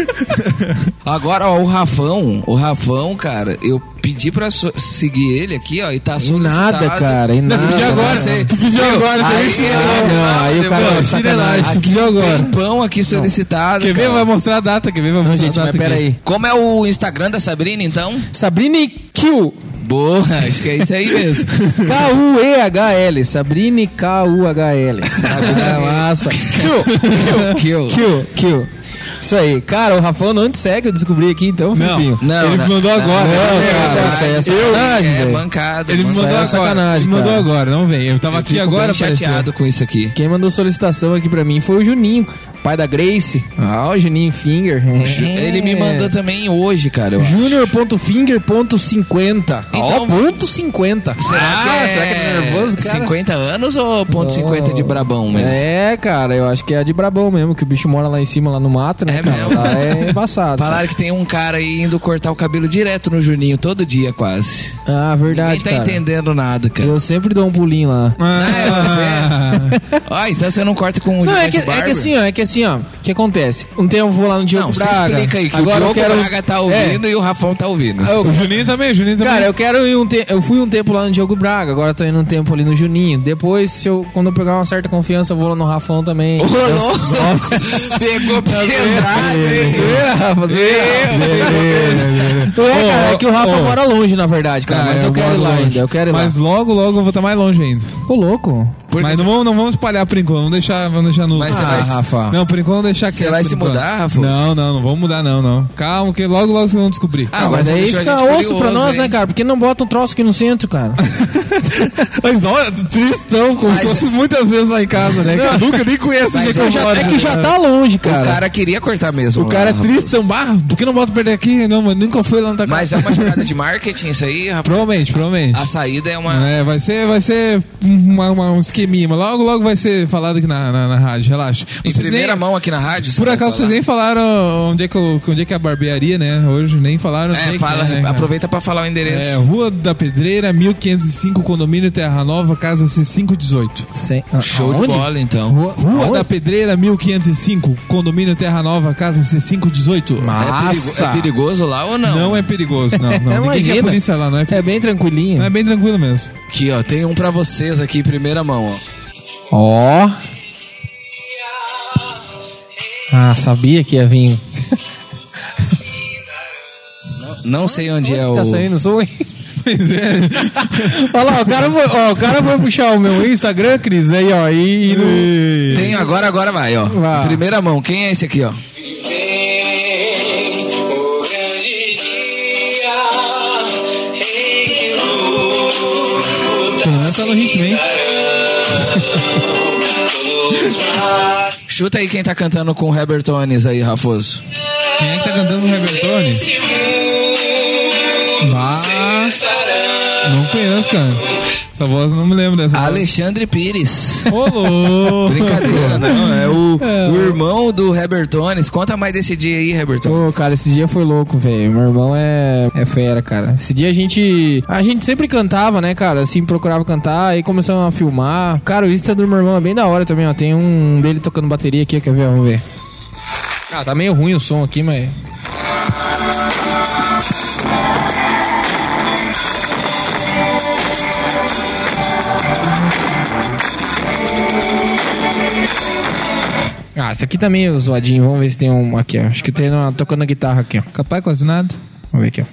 S3: Agora, ó, o Rafão, o Rafão, cara, eu pedi pra so- seguir ele aqui, ó, e tá
S2: E
S3: solicitado.
S2: nada, cara. E nada.
S5: pediu agora,
S3: Você-
S5: tu pediu
S3: Meu,
S5: agora, tá
S3: aí-
S5: vendo?
S2: Ah, não, aí o cara
S5: Pô,
S2: tá de sacanagem.
S5: chinelagem, tu pediu agora.
S3: Pão um aqui solicitado.
S5: Quer ver?
S3: cara.
S5: Vai mostrar a data, quer ver? Vai
S2: Não,
S5: mostrar
S2: gente,
S5: a
S2: mas
S5: data
S2: pera
S5: aqui.
S2: aí.
S3: Como é o Instagram da Sabrina, então?
S2: Sabrine Kill.
S3: Boa, acho que é isso aí mesmo.
S2: K-U-E-H-L. Sabrine K-U-H-L. Sabrina né? massa. Kill,
S3: Kill.
S2: Kill, Kill, Kill. Isso aí. Cara, o Rafão não te segue, eu descobri aqui, então,
S5: Não,
S2: Filipinho.
S3: Não,
S5: ele
S3: não,
S5: me mandou
S3: não,
S5: agora.
S3: não,
S2: Não,
S3: é
S2: cara,
S3: verdade.
S2: isso aí é sacanagem,
S3: É
S2: velho.
S3: bancada.
S5: Ele me
S3: bancada.
S5: mandou
S2: é
S5: agora.
S2: sacanagem,
S5: Ele me mandou
S2: cara.
S5: agora, não vem. Eu um tava
S3: Eu
S5: aqui
S3: fico
S5: agora, assim,
S3: bem
S5: apareceu.
S3: chateado com isso aqui.
S2: Quem mandou solicitação aqui pra mim foi o Juninho, pai da Grace. Ah, o Juninho Finger. É.
S3: Ele me mandou também hoje, cara. eu acho.
S2: Junior.finger.50. Ó,
S3: Então-
S2: ponto 50.
S3: Será que
S2: Ah,
S3: é,
S2: será que ele é nervoso, cara?
S3: 50 anos ou ponto 50 de Brabão um mesmo?
S2: É, cara, eu acho que é a de Brabão mesmo, que o bicho mora lá em cima, lá no mato, né,
S3: É
S2: cara?
S3: mesmo?
S2: Lá é embaçado.
S3: Falaram que tem um cara aí indo cortar o cabelo direto no Juninho, todo dia quase.
S2: Ah, verdade,
S3: Ninguém tá
S2: cara.
S3: entendendo nada, cara.
S2: Eu sempre dou um pulinho lá.
S5: um
S3: Ah, Ó, então você não corta com o
S2: Não, é
S3: Gilberto
S2: que, é que
S3: Barber?
S2: assim, ó, é que assim, ó, o que acontece? Um tempo eu vou lá no Diogo
S3: Não, você
S2: Braga.
S3: explica aí que
S2: agora
S3: o Diogo
S2: eu quero...
S3: Braga tá ouvindo e o Rafão tá ouvindo.
S2: É,
S5: O
S2: eu-
S5: Juninho também, o Juninho também.
S2: Cara, eu quero ir um te... Eu fui um tempo lá no Diogo Braga, agora eu tô indo um tempo ali no Juninho. Depois, se eu... quando eu pegar uma certa confiança, eu vou lá no Rafão também.
S3: Ô, louco! Pegou
S2: Tá
S3: pesado, hein?
S2: É, cara,
S5: Ô,
S2: é que o Rafa
S5: ô.
S2: mora longe, na verdade, cara. mas Ah, eu, quero ir
S5: moro
S2: lá
S5: longe.
S2: ainda. Eu quero ir
S5: Mas
S2: lá.
S5: logo, logo eu vou estar mais longe ainda.
S2: Ô, louco.
S5: mas não vamos, não vamos espalhar por enquanto, vamos deixar, vamos deixar no.
S3: Mas você
S2: Ah,
S3: vai-
S2: Rafa.
S5: Não, por enquanto vamos deixar quieto.
S3: Você vai
S5: por
S3: se
S5: enquanto.
S3: mudar, Rafa?
S5: Não, não, não vamos mudar, não, não. Calma, que logo, logo vocês vão descobrir.
S3: Ah,
S2: Ah, mas
S3: agora
S2: aí
S3: você deixou a
S2: fica
S3: gente
S2: osso pra
S3: curioso,
S2: nós,
S3: hein?
S2: né, cara? Porque não bota um troço aqui no centro, cara.
S5: Mas olha, tristão, como se fosse muitas vezes lá em casa, né? cara? Nunca nem conheço
S3: Mas
S5: onde é que
S3: eu
S5: eu
S3: já-
S5: moro.
S2: é que já tá longe,
S3: O
S2: cara.
S3: cara queria cortar mesmo.
S5: O cara é
S3: Rafa.
S5: tristão, barra, por que não bota perder aqui? Não, mas nunca foi lá na tua casa.
S3: Mas é uma jogada de marketing isso aí, Rafa?
S5: Provavelmente, provavelmente.
S3: A saída é uma...
S5: É, vai ser, vai ser uma, uma- um esqueminha, mas logo, logo vai ser falado aqui na, na, na rádio, relaxa.
S3: Em
S5: Vocês
S3: primeira
S5: nem-
S3: mão aqui na rádio. você
S5: Por
S3: vai
S5: acaso
S3: falar.
S5: vocês nem falaram onde é, que, eu- onde é que é a barbearia, né? Hoje nem falaram. onde
S3: É,
S5: que
S3: fala,
S5: é, né, cara?
S3: aproveita pra falar o endereço.
S5: É, Rua da Pedreira, 1505, Condomínio Terra Nova, Casa C518.
S2: Sem- ah,
S3: Show
S2: aonde?
S3: de bola, então.
S2: Rua,
S5: Rua
S2: aonde?
S5: da Pedreira, 1505, Condomínio Terra Nova, Casa C518.
S3: É, perigo- é perigoso lá ou não?
S5: Não é perigoso, não. não.
S2: É,
S5: Ninguém quer
S2: imagina.
S5: polícia lá, não é
S2: É
S5: perigoso.
S2: bem
S5: É,
S2: tranquilinho.
S5: bem tranquilo mesmo.
S3: Aqui, ó, tem um pra vocês aqui, primeira mão, ó.
S2: Ó. Ah, sabia que ia vir.
S3: Não, não sei onde, é
S2: Onde
S3: o.
S2: que tá saindo o som, hein?
S5: Pois é.
S2: Olha lá, o cara, foi, ó, o cara foi puxar o meu Instagram, Cris, aí, ó, e, e no-
S3: Tem agora, agora vai, ó.
S2: Vai.
S3: Primeira mão, quem é esse aqui, ó?
S5: Pelo menos tá no ritmo, hein?
S3: Chuta aí quem tá cantando com o Herbert Tones aí, Rafoso.
S5: Quem é que tá cantando no Rebertone? Mas... Não conheço, cara. Essa voz eu não me lembro dessa
S2: Tá.
S5: voz.
S3: Alexandre Pires.
S5: Ô, louco.
S3: Brincadeira, não. É o, o irmão do Herbert Tones. Conta mais desse dia aí, Herbert Tones.
S2: Pô, cara, esse dia foi louco, velho. Meu irmão é, é fera, cara. Esse dia a gente. A gente sempre cantava, né, cara? Assim, procurava cantar, aí começamos a filmar. Cara, o Insta do meu irmão é bem da hora também, ó. Tem um dele tocando bateria aqui, quer ver? Vamos ver. Ah, tá meio ruim o som aqui, mas. Ah, esse aqui tá meio zoadinho. Vamos ver se tem um aqui, ó. Acho que tem uma tocando guitarra aqui, ó.
S5: Capaz quase nada.
S2: Vamos ver aqui, ó.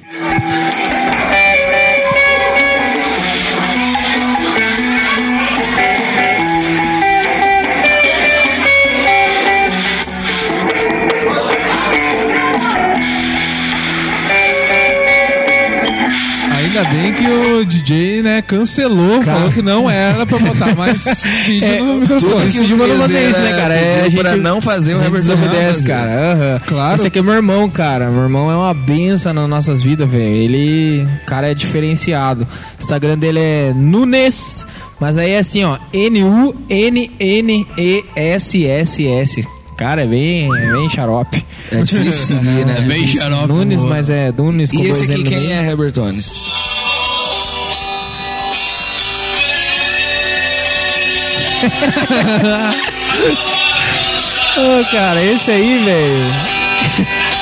S5: que o DJ, né, cancelou, falou que não era pra botar mais vídeo
S2: É,
S5: no microfone.
S2: tudo que pediu pra não fazer isso, né, cara? É,
S3: Pediu pra
S2: gente-
S3: não fazer o Herbert
S2: Desobedece,
S3: Renan fazer.
S2: cara. aham.
S5: Claro.
S2: Esse aqui é meu irmão, cara. Meu irmão é uma benção nas nossas vidas, velho. Ele, o cara, é diferenciado. O Instagram dele é Nunes, mas aí é assim, ó, N-U-N-N-E-S-S-S. Cara, é bem, é bem xarope.
S3: É difícil seguir, né?
S2: É difícil. Nunes, mas é Nunes com
S3: E
S2: dois
S3: esse aqui
S2: N no
S3: quem
S2: meio.
S3: é, Herbert Tones?
S2: Ô, cara, esse aí, velho.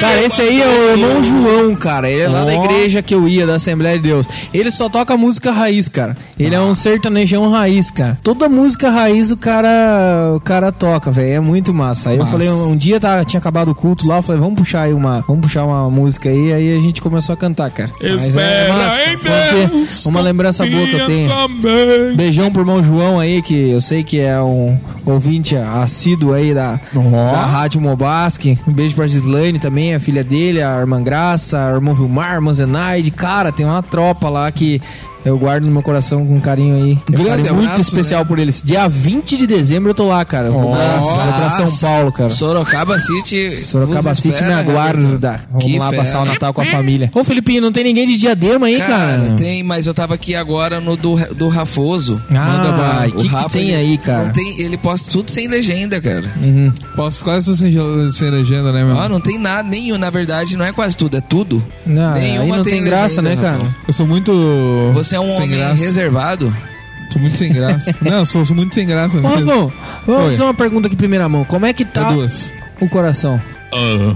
S2: Cara, esse aí é o irmão João, cara. Ele é lá da igreja que eu ia, da Assembleia de Deus. Ele só toca música raiz, cara. Ele
S5: Ah.
S2: é um sertanejão raiz, cara. Toda música raiz o cara, o cara toca, velho. É muito massa. Aí eu falei, um, um dia tá, tinha acabado o culto lá, eu falei, vamos puxar aí uma, vamos puxar uma música aí. Aí a gente começou a cantar, cara. Mas é
S5: Espera
S2: massa, cara.
S5: em
S2: Foi uma-
S5: Deus,
S2: uma lembrança boa que eu tenho.
S5: Também.
S2: Beijão pro irmão João aí, que eu sei que é um ouvinte assíduo aí da, da Rádio Mobasque. Um beijo pra Gislaine também, a filha dele, a irmã Graça, a irmã Vilmar, a irmã Zenaide. Cara, tem uma tropa lá que eu guardo no meu coração com carinho aí. Tem um
S3: Grande
S2: carinho muito
S3: abraço, né?
S2: especial por eles. Dia 20 de dezembro eu tô lá, cara. Vou pra- vou pra São Paulo, cara.
S3: Sorocaba City.
S2: Sorocaba
S3: vos
S2: City me
S3: espera, Herbert
S2: aguarda.
S3: Tones.
S2: Vamos
S3: Que
S2: lá
S3: fera.
S2: passar o Natal com a família. Ô, Felipinho, não tem ninguém de diadema aí, cara?
S3: Cara, tem, mas eu tava aqui agora no do, do Rafoso.
S2: Ah, e que que tem
S3: gente,
S2: aí, cara? Hum.
S3: Não tem, ele posta tudo sem legenda, cara.
S5: Posso quase tô sem, gel- sem legenda, né, meu?
S3: Ó, não tem nada, nenhum, na verdade, não é quase tudo, é tudo.
S2: Não, aí
S3: Nenhuma
S2: não tem,
S3: tem
S2: graça, né,
S3: legenda,
S2: cara?
S3: Rafael.
S5: Eu sou muito.
S3: Você é um
S5: sem
S3: homem
S5: graça.
S3: reservado.
S5: Sou muito sem graça. não, eu sou, sou muito sem graça.
S2: Ô,
S5: mesmo.
S2: Rafão, vamos
S5: Oi.
S2: fazer uma pergunta aqui, primeira mão. Como é que tá
S5: Duas.
S2: o coração?
S5: Ah,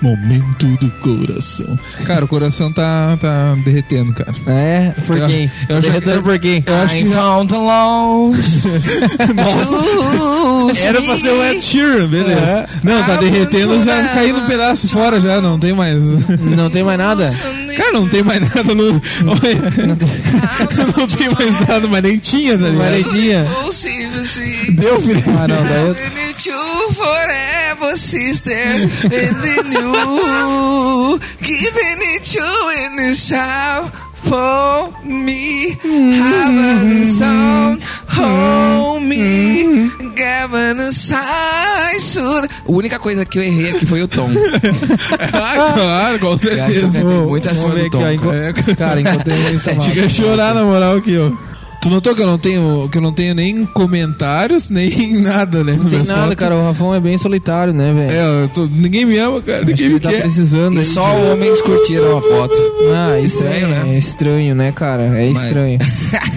S5: momento do coração. Cara, o coração tá, tá derretendo, cara.
S2: É, por
S5: Eu-
S2: quem?
S5: eu já-
S2: Derretendo por quem? Ah, então,
S5: Eu acho que já...
S3: found love. Nossa.
S5: Era pra ser o Ed Sheeran, é beleza. Não, tá
S3: Ah,
S5: derretendo, já
S3: Bruno,
S5: caiu no pedaço fora, já não tem mais.
S2: Não tem mais nada?
S5: Cara, não tem mais nada no. Olha. Não tem mais nada, mas nem tinha, tá ligado?
S2: Maredinha?
S10: Oh, Silvio,
S5: Deu, filho.
S2: Ah, não, daí eu...
S10: Need you forever, sister. And you giving it you in the shower for me. Having a song, hold me. Gavin a sigh soon.
S3: A única coisa que eu errei aqui foi o tom.
S5: Ah, claro, com
S3: Eu acho que eu
S5: certeza.
S3: cantei muito
S2: Vamos
S3: acima
S2: ver
S3: do
S2: aqui,
S3: tom.
S2: ó, enco-
S5: É.
S2: Cara, encontrei um lista massa.
S5: Chega a chorar na moral aqui, ó. Tu notou que eu não tenho, que eu não tenho nem comentários, nem nada, né?
S2: Não tem nada, cara. O Rafão é bem solitário, né, velho?
S5: É, eu tô- ninguém me ama, cara.
S2: Acho que
S5: Ninguém
S2: ele
S5: me
S2: tá
S5: quer.
S2: precisando
S3: E
S2: aí.
S3: só homens curtiram a foto.
S2: Ah, isso é-
S3: Estranho, né?
S2: É estranho, né, cara? É estranho.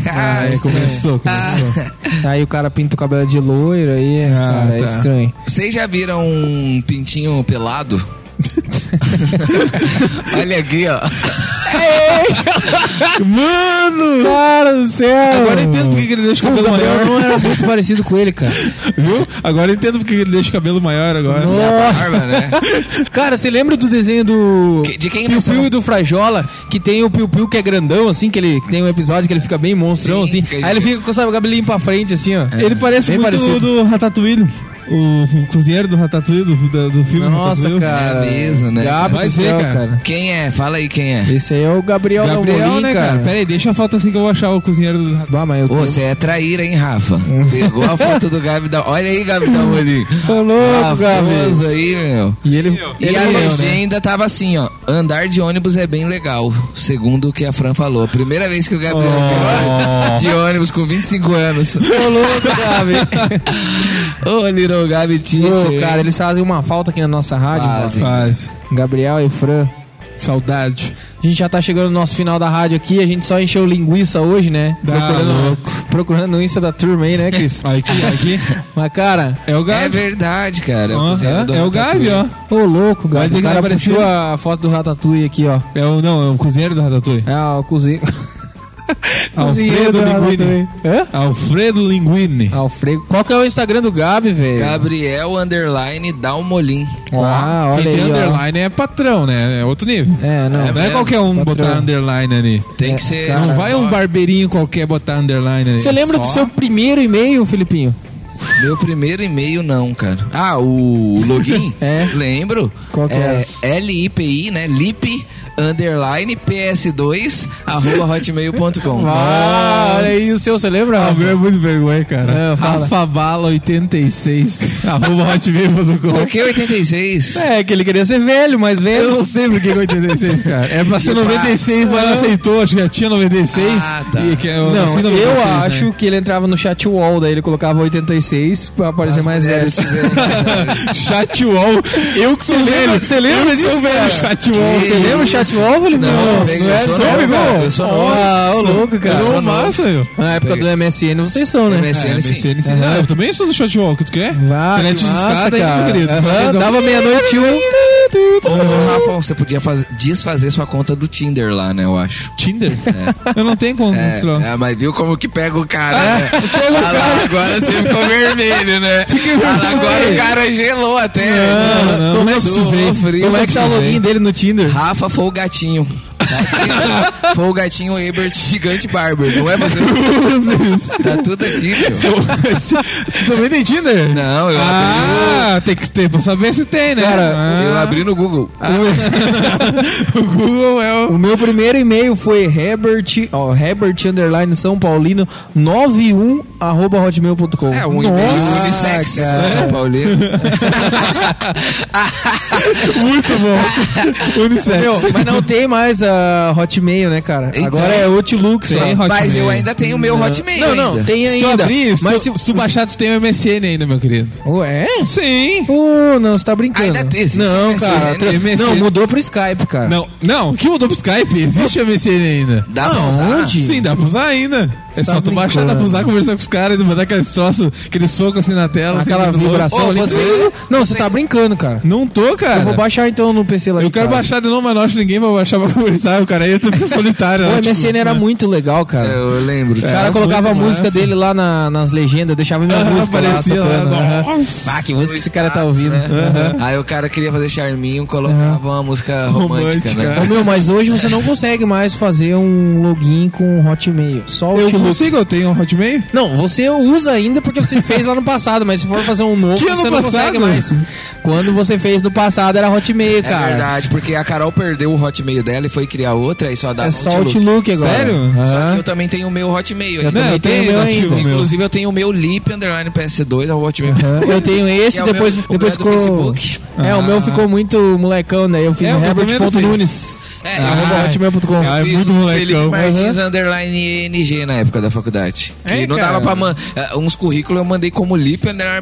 S5: Ah, aí começou,
S2: Ah.
S5: começou.
S2: Aí o cara pinta o cabelo de loiro, aí,
S5: Ah,
S2: cara, é
S5: tá.
S2: estranho.
S3: Vocês já viram um pintinho pelado? Olha aqui, ó.
S5: Mano!
S2: Cara do céu!
S5: Agora eu entendo porque que ele deixa o
S2: O
S5: cabelo
S2: Gabriel
S5: maior,
S2: então, não era muito parecido com ele, cara.
S5: viu? Agora eu entendo porque que ele deixa o cabelo maior agora.
S2: Nossa.
S3: Barba, né?
S2: Cara, você lembra do desenho do.
S3: Que- de quem é
S2: Piu
S3: nós
S2: Piu
S3: tamo-
S2: e do Frajola, que tem o Piu Piu que é grandão, assim, que ele que tem um episódio que ele fica bem monstrão,
S3: Sim,
S2: assim.
S3: fica-
S2: Aí ele fica com sabe, o cabelinho pra frente, assim, ó.
S5: Ele parece
S2: Bem
S5: muito
S2: parecido.
S5: o do Ratatouille. O cozinheiro do Ratatouille, do, da- do filme
S2: Nossa,
S5: Ratatouille.
S2: cara.
S3: É mesmo, né?
S2: Gabi
S5: Vai
S2: do
S5: ver,
S2: céu,
S5: cara.
S2: cara.
S3: Quem é? Fala aí quem é.
S2: Esse aí é o Gabriel,
S5: Gabriel,
S2: Gabriel
S5: né, cara? Pera aí, deixa a foto assim que eu vou achar o cozinheiro do Ratatouille.
S2: Bah, mas eu
S3: Ô,
S2: tô...
S3: Você é traíra, hein, Rafa? Pegou a foto do Gabi da... Olha aí, Gabi da Molim.
S2: Ô, louco, Gabi.
S3: Rafoso aí, meu.
S2: E ele...
S3: E
S2: ele
S3: a
S2: morreu, né?
S3: legenda tava assim, ó. Andar de ônibus é bem legal, segundo o que a Fran falou. Primeira vez que o Gabriel viu de ônibus com 25 anos.
S2: Ô, louco, Gabi.
S3: Ô, Little Gabi
S2: Ô,
S3: Tite.
S2: cara, eles fazem uma falta aqui na nossa rádio.
S3: Fazem.
S2: cara.
S5: Faz.
S2: Gabriel e Fran.
S5: Saudade.
S2: A gente já tá chegando no nosso final da rádio aqui, a gente só encheu linguiça hoje, né?
S5: Tá louco.
S2: procurando o Insta da turma aí, né, Cris?
S5: Aqui, aqui.
S2: Mas, cara,
S5: É o
S3: É
S5: Gabi.
S3: verdade, cara.
S5: Ó,
S3: cozinheiro do
S5: é, é o Gabi,
S3: Ratatouille.
S5: ó.
S2: ô louco,
S5: Vai
S2: Gabi,
S5: ter
S2: o
S5: que
S2: cara
S5: aparecer.
S2: puxou a foto do Ratatouille aqui, ó.
S5: É o, não, é o cozinheiro do Ratatouille.
S2: É, ó, o cozinho.
S5: Alfredo Linguini.
S2: Hã?
S5: Alfredo Linguini.
S2: Alfredo. Qual que é o Instagram do Gabi, velho?
S3: Gabriel Underline Dalmolin.
S2: Ah, olha
S5: Quem tem
S2: aí, ó.
S5: underline é patrão, né? É outro nível.
S2: É, não.
S3: É,
S5: Não é,
S3: é,
S5: qualquer um
S2: patrão.
S5: botar underline ali.
S3: Tem que ser.
S5: Não vai um barbeirinho qualquer botar underline ali.
S2: Você lembra
S5: Só
S2: do seu primeiro e-mail, Felipinho?
S3: Meu primeiro e-mail não, cara. Ah, o, o login?
S2: É.
S3: Lembro.
S2: Qual que
S3: é? LIPI, né? LIP underline PS2 arroba hotmail.com.
S2: Ah, olha aí o seu, você lembra?
S5: Ah, o meu é muito vergonha, cara.
S2: Ah, fala.
S5: Rafabala86, arroba hotmail.com.
S3: Por que 86?
S2: É, que ele queria ser velho, mas velho.
S5: Eu não sei por que é 86, cara. É pra ser
S3: Tipo,
S5: 96, mas não aceitou. Acho que já tinha 96.
S3: Ah, tá.
S5: E que é- eu
S2: Não,
S5: nasci em
S2: eu
S5: 96, né?
S2: acho que ele entrava no chat wall, daí ele colocava 86 pra parecer mais velho.
S3: Mulheres tiveram que-
S5: Chatwall. Eu que sou velho.
S2: Você lembra disso?
S5: sou velho,
S2: cara?
S5: chatwall.
S2: Você
S3: Que
S2: lembra o
S3: isso?
S2: chat wall, Felipe?
S3: Não, eu peguei, eu sou novo, cara, eu sou novo.
S2: Ah, ô é louco, cara.
S3: Eu sou novo.
S5: Nossa, eu.
S2: Na época do MSN vocês são, né?
S3: MSN.
S5: É,
S3: sim.
S5: MSN, sim. Ah, eu também sou do chatwall, que tu quer?
S2: Vá,
S5: Internet
S2: Ah, que
S5: de
S2: massa,
S5: escada aí,
S2: cara.
S5: meu querido.
S2: Aham, Dava meia-noite e um.
S3: Ô, Rafa, você podia faz- desfazer sua conta do Tinder lá, né? Eu acho.
S5: Tinder? Eu não tenho como
S3: É,
S5: mostrar.
S3: é, mas viu como que pega o cara, né? Ah lá, agora você ficou vermelho, né? Ah lá, agora o cara gelou até.
S5: não, não,
S2: Como é que-
S3: Sofri,
S2: Como é que tá o login dele no Tinder?
S3: Rafa foi o gatinho. Aqui, foi o gatinho Ebert Gigante Barber. Não é você? tá tudo aqui, meu.
S5: Tu também tem Tinder?
S3: Não, eu
S5: Ah, tem que ter pra saber se tem, né?
S2: Cara,
S5: Ah,
S3: abri, eu abri no Google.
S5: o Google é o.
S2: O meu primeiro e-mail foi Herbert, ó, Herbert underline São Paulino 91 arroba hotmail.com.
S3: É um e-mail unissex. São Paulino.
S5: Muito tá bom. Unissex.
S2: Meu, mas não tem mais a Hotmail, né, cara?
S3: Então.
S2: Agora é Outlook só.
S5: Tem Hotmail.
S3: Mas eu ainda tenho o meu Hotmail
S2: Não, não,
S3: ainda.
S2: tem
S5: Se tu
S2: ainda.
S5: abrir, se
S2: mas
S5: tu, se tu baixar, tu tem o MSN ainda, meu querido.
S2: Ué?
S5: Sim.
S2: Uh, não, você tá brincando.
S3: Ainda tem, existe
S2: não, cara.
S3: MSN.
S2: tra- Não, mudou pro Skype, cara.
S5: Não, não, que mudou pro Skype? Existe o MSN ainda. Ah,
S3: Dá pra usar?
S2: Onde?
S5: Sim, dá pra usar ainda. é
S2: tá
S5: só tu baixar, dá pra usar, conversar com os caras e mandar aqueles troços, aquele soco assim na tela.
S2: Aquela
S5: assim, muito louco.
S2: vibração
S3: Ô,
S2: ali.
S3: vocês-
S2: Não, você tá brincando, cara.
S5: Não tô, cara.
S2: Eu vou baixar então no PC lá
S5: Eu
S2: de
S5: quero
S2: casa.
S5: baixar de novo, mas não acho ninguém pra baixar pra conversar. O cara aí tá solitário.
S2: O
S5: né? Tipo,
S2: MSN era muito legal, cara.
S3: Eu lembro. tá?
S2: O
S3: cara.
S2: cara
S5: É,
S2: colocava a
S5: muito
S2: música
S5: massa.
S2: dele lá na- nas legendas, deixava minha música
S5: aparecia
S2: lá
S5: lá.
S2: tocando. aham.
S5: Nossa.
S2: Ah, que música que esse cara tá
S3: status,
S2: ouvindo.
S3: né? Aí o cara queria fazer charminho, colocava uma música romântica,
S5: Romântica.
S3: né?
S2: Ô, meu, mas hoje você não consegue mais fazer um login com Hotmail. Só o
S5: Eu
S2: Outlook.
S5: consigo, eu tenho um Hotmail?
S2: Não, você usa ainda porque você fez lá no passado, mas se for fazer um novo,
S5: Que ano
S2: você não
S5: passado?
S2: consegue mais. Quando você fez no passado era Hotmail,
S3: É
S2: cara.
S3: verdade, porque a Carol perdeu o Hotmail dela e foi criar outra e só dá
S2: É
S3: um
S2: só Outlook agora.
S5: Sério?
S3: Só
S2: Aham.
S3: que eu também tenho o meu Hotmail. ainda.
S5: também
S2: eu tenho
S5: tenho
S2: meu
S5: ativo
S2: ainda.
S5: meu.
S3: Inclusive, eu tenho o meu lip underline PS2, é o Hotmail.
S2: Eu tenho esse,
S3: Que é o
S2: depois,
S3: meu- o
S2: depois
S3: meu é do
S2: ficou.
S3: Facebook.
S2: É, o meu ficou muito molecão, daí eu fiz um
S5: É, o meu também não
S2: Herbert.nunes.
S3: É,
S2: Arroba
S5: Ah,
S2: hotmail.com.
S5: é,
S3: eu
S5: é
S3: fiz
S5: muito
S3: o
S5: molecão.
S3: Felipe Martins
S5: Aham.
S3: underline NG na época da faculdade. Que
S5: É,
S3: não
S5: cara.
S3: dava pra man... eh, uns currículos, eu mandei como lip underline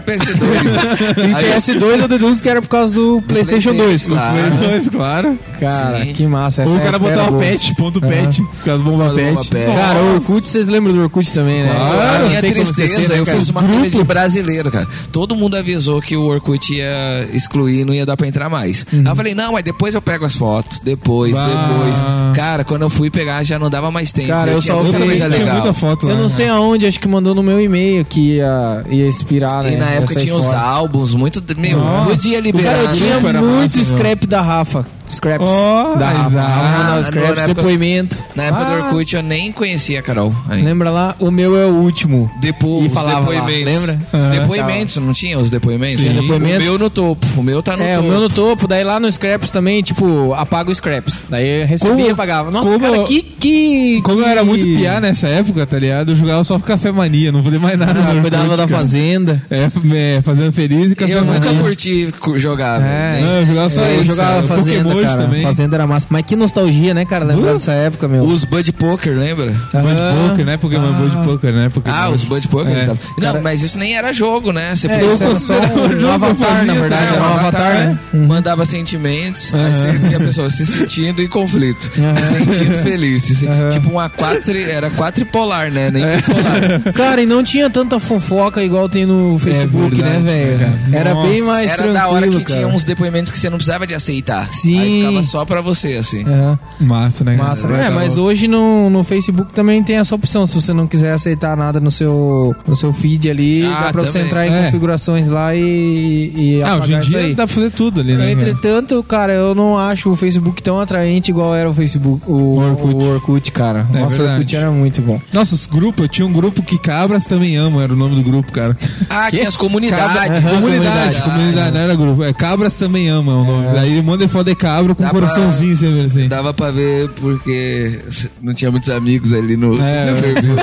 S3: PS2.
S2: E
S3: Aí-
S2: PS2 eu deduzo que era por cause do PlayStation 2.
S3: Claro.
S5: Dois, claro.
S2: Cara,
S3: Sim.
S2: que massa. Essa é
S5: Ou o cara
S2: época era
S5: botava
S2: boa.
S5: pet, ponto pet, por causa da
S3: Por causa
S5: bomba
S3: da
S5: pet.
S3: bomba pet.
S2: Cara, o Orkut, vocês lembram do Orkut também, né?
S3: a
S2: Não
S3: minha
S2: tem como
S3: tristeza,
S2: esquecer, né,
S3: eu
S2: cara?
S3: fiz uma coisa de brasileiro, cara. Todo mundo avisou que o Orkut ia excluir, não ia dar pra entrar mais.
S2: Uhum.
S3: Aí eu falei, não, mas depois eu pego as fotos, depois,
S5: Bah.
S3: depois. Cara, quando eu fui pegar, já não dava mais tempo.
S2: Cara, eu
S3: tinha
S2: só
S3: muita
S2: vi-
S3: coisa
S2: tinha
S3: legal.
S5: muita foto né? lá.
S2: Eu não sei aonde, acho que mandou no meu e-mail que ia, ia expirar, né?
S3: E na
S2: ia
S3: época
S2: sair
S3: tinha os
S2: fora.
S3: álbuns, muito. Meu, podia liberar.
S2: Cara, eu
S3: né?
S2: tinha
S5: Super
S2: muito
S5: massa,
S2: scrap da Rafa. Scraps.
S5: Oh,
S2: da Rafa.
S5: exato.
S2: Vamos mandar os
S3: Ah,
S2: scraps,
S3: na época-
S2: depoimento.
S3: Na época do
S2: Ah,
S3: Orkut eu nem conhecia a Carol. ainda.
S2: Lembra lá? O meu é o último.
S3: Depois,
S2: E
S3: os
S2: falava lá,
S3: depoimentos.
S2: lembra?
S5: Ah,
S3: depoimentos, não tinha os depoimentos?
S5: Sim.
S2: Depoimentos.
S3: O meu no topo. O meu tá no
S2: É,
S3: topo.
S2: o meu no topo, daí lá no Scraps também, tipo, apaga o Scraps. Daí eu recebia
S5: Como-
S2: e apagava. Nossa,
S5: como-
S2: cara, que, que.
S5: Como eu era muito
S2: que-
S5: piá nessa época, tá ligado? Eu jogava só Café Mania, não fazia mais nada. no
S2: Ah,
S5: Orkut,
S2: cuidava da
S5: cara.
S2: fazenda.
S5: É, f- é, fazendo feliz e Café
S3: Eu
S5: Mania.
S3: nunca curti cu- jogar,
S2: né? É.
S3: velho.
S5: Não, Ah, eu jogava só
S2: É, eu
S5: isso,
S2: jogava
S5: cara.
S2: Fazenda,
S5: Pokémon
S2: cara.
S5: também.
S2: Fazenda era massa. Mas que nostalgia, né, cara? Lembrar
S5: Uh.
S2: dessa época, meu.
S3: Os Bud Poker, lembra?
S5: Bud
S2: Aham.
S5: Poker, né? Pokémon Bud Poker, né? Pokémon
S3: Ah, os Bud Poker.
S5: É.
S3: tá. Não, mas isso nem era jogo, né? Você
S2: É,
S3: podia-
S2: isso era só
S5: considerava
S2: um,
S5: um jogo
S2: avatar, na
S5: fanzinho,
S2: verdade.
S3: É,
S5: né?
S2: Era um avatar, né?
S3: Mandava sentimentos, aí você via a pessoa se sentindo em conflito, se sentindo feliz. se- Tipo uma quatri, era quatripolar, né?
S2: É,
S3: Nem bipolar.
S2: Cara, e não tinha tanta fofoca igual tem no Facebook,
S5: verdade,
S2: né,
S5: né,
S2: velho?
S5: cara?
S2: Era
S5: Nossa.
S2: bem mais
S3: Era
S2: tranquilo,
S3: da hora que
S2: cara.
S3: tinha uns depoimentos que você não precisava de aceitar.
S2: Sim, É.
S3: aí Aí ficava só pra você, assim.
S2: Aham.
S5: Massa, né? cara?
S2: Massa.
S5: Vai
S2: É,
S5: dar
S2: mas
S5: o-
S2: hoje no, no Facebook também tem essa opção. Se você não quiser aceitar nada no seu, no seu feed ali,
S3: Ah,
S2: dá pra você
S3: também.
S2: entrar em
S5: É.
S2: configurações lá e, e
S5: Ah, hoje em
S2: apagar isso
S5: dia
S2: aí.
S5: dá pra fazer tudo ali, né? cara?
S2: Entretanto, cara, eu não acho o Facebook tão atraente igual era o Facebook, o, o Orkut.
S5: Orkut.
S2: cara.
S5: É
S2: Nossa, o
S5: verdade.
S2: Orkut era muito bom.
S5: Nossa, os grupos, eu tinha um grupo que Cabras também amam, era o nome do grupo, cara.
S3: Ah, tinha as
S5: Cabra-
S3: comunidades.
S5: comunidade, comunidade,
S3: Ah, comunidade.
S5: não era grupo. É, Cabras também ama é o nome. Daí manda foto de cabra com
S3: Dá
S5: um coraçãozinho sempre assim.
S3: Dava pra ver porque não tinha muitos amigos ali no.
S5: É,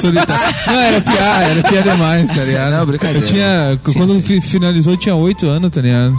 S5: solitário. Não, era piá, era piá demais, tá ligado?
S3: Não, brincadeira.
S5: Eu tinha,
S3: Tinha
S5: quando
S3: sim.
S5: fi- finalizou, eu tinha oito anos, tá ligado?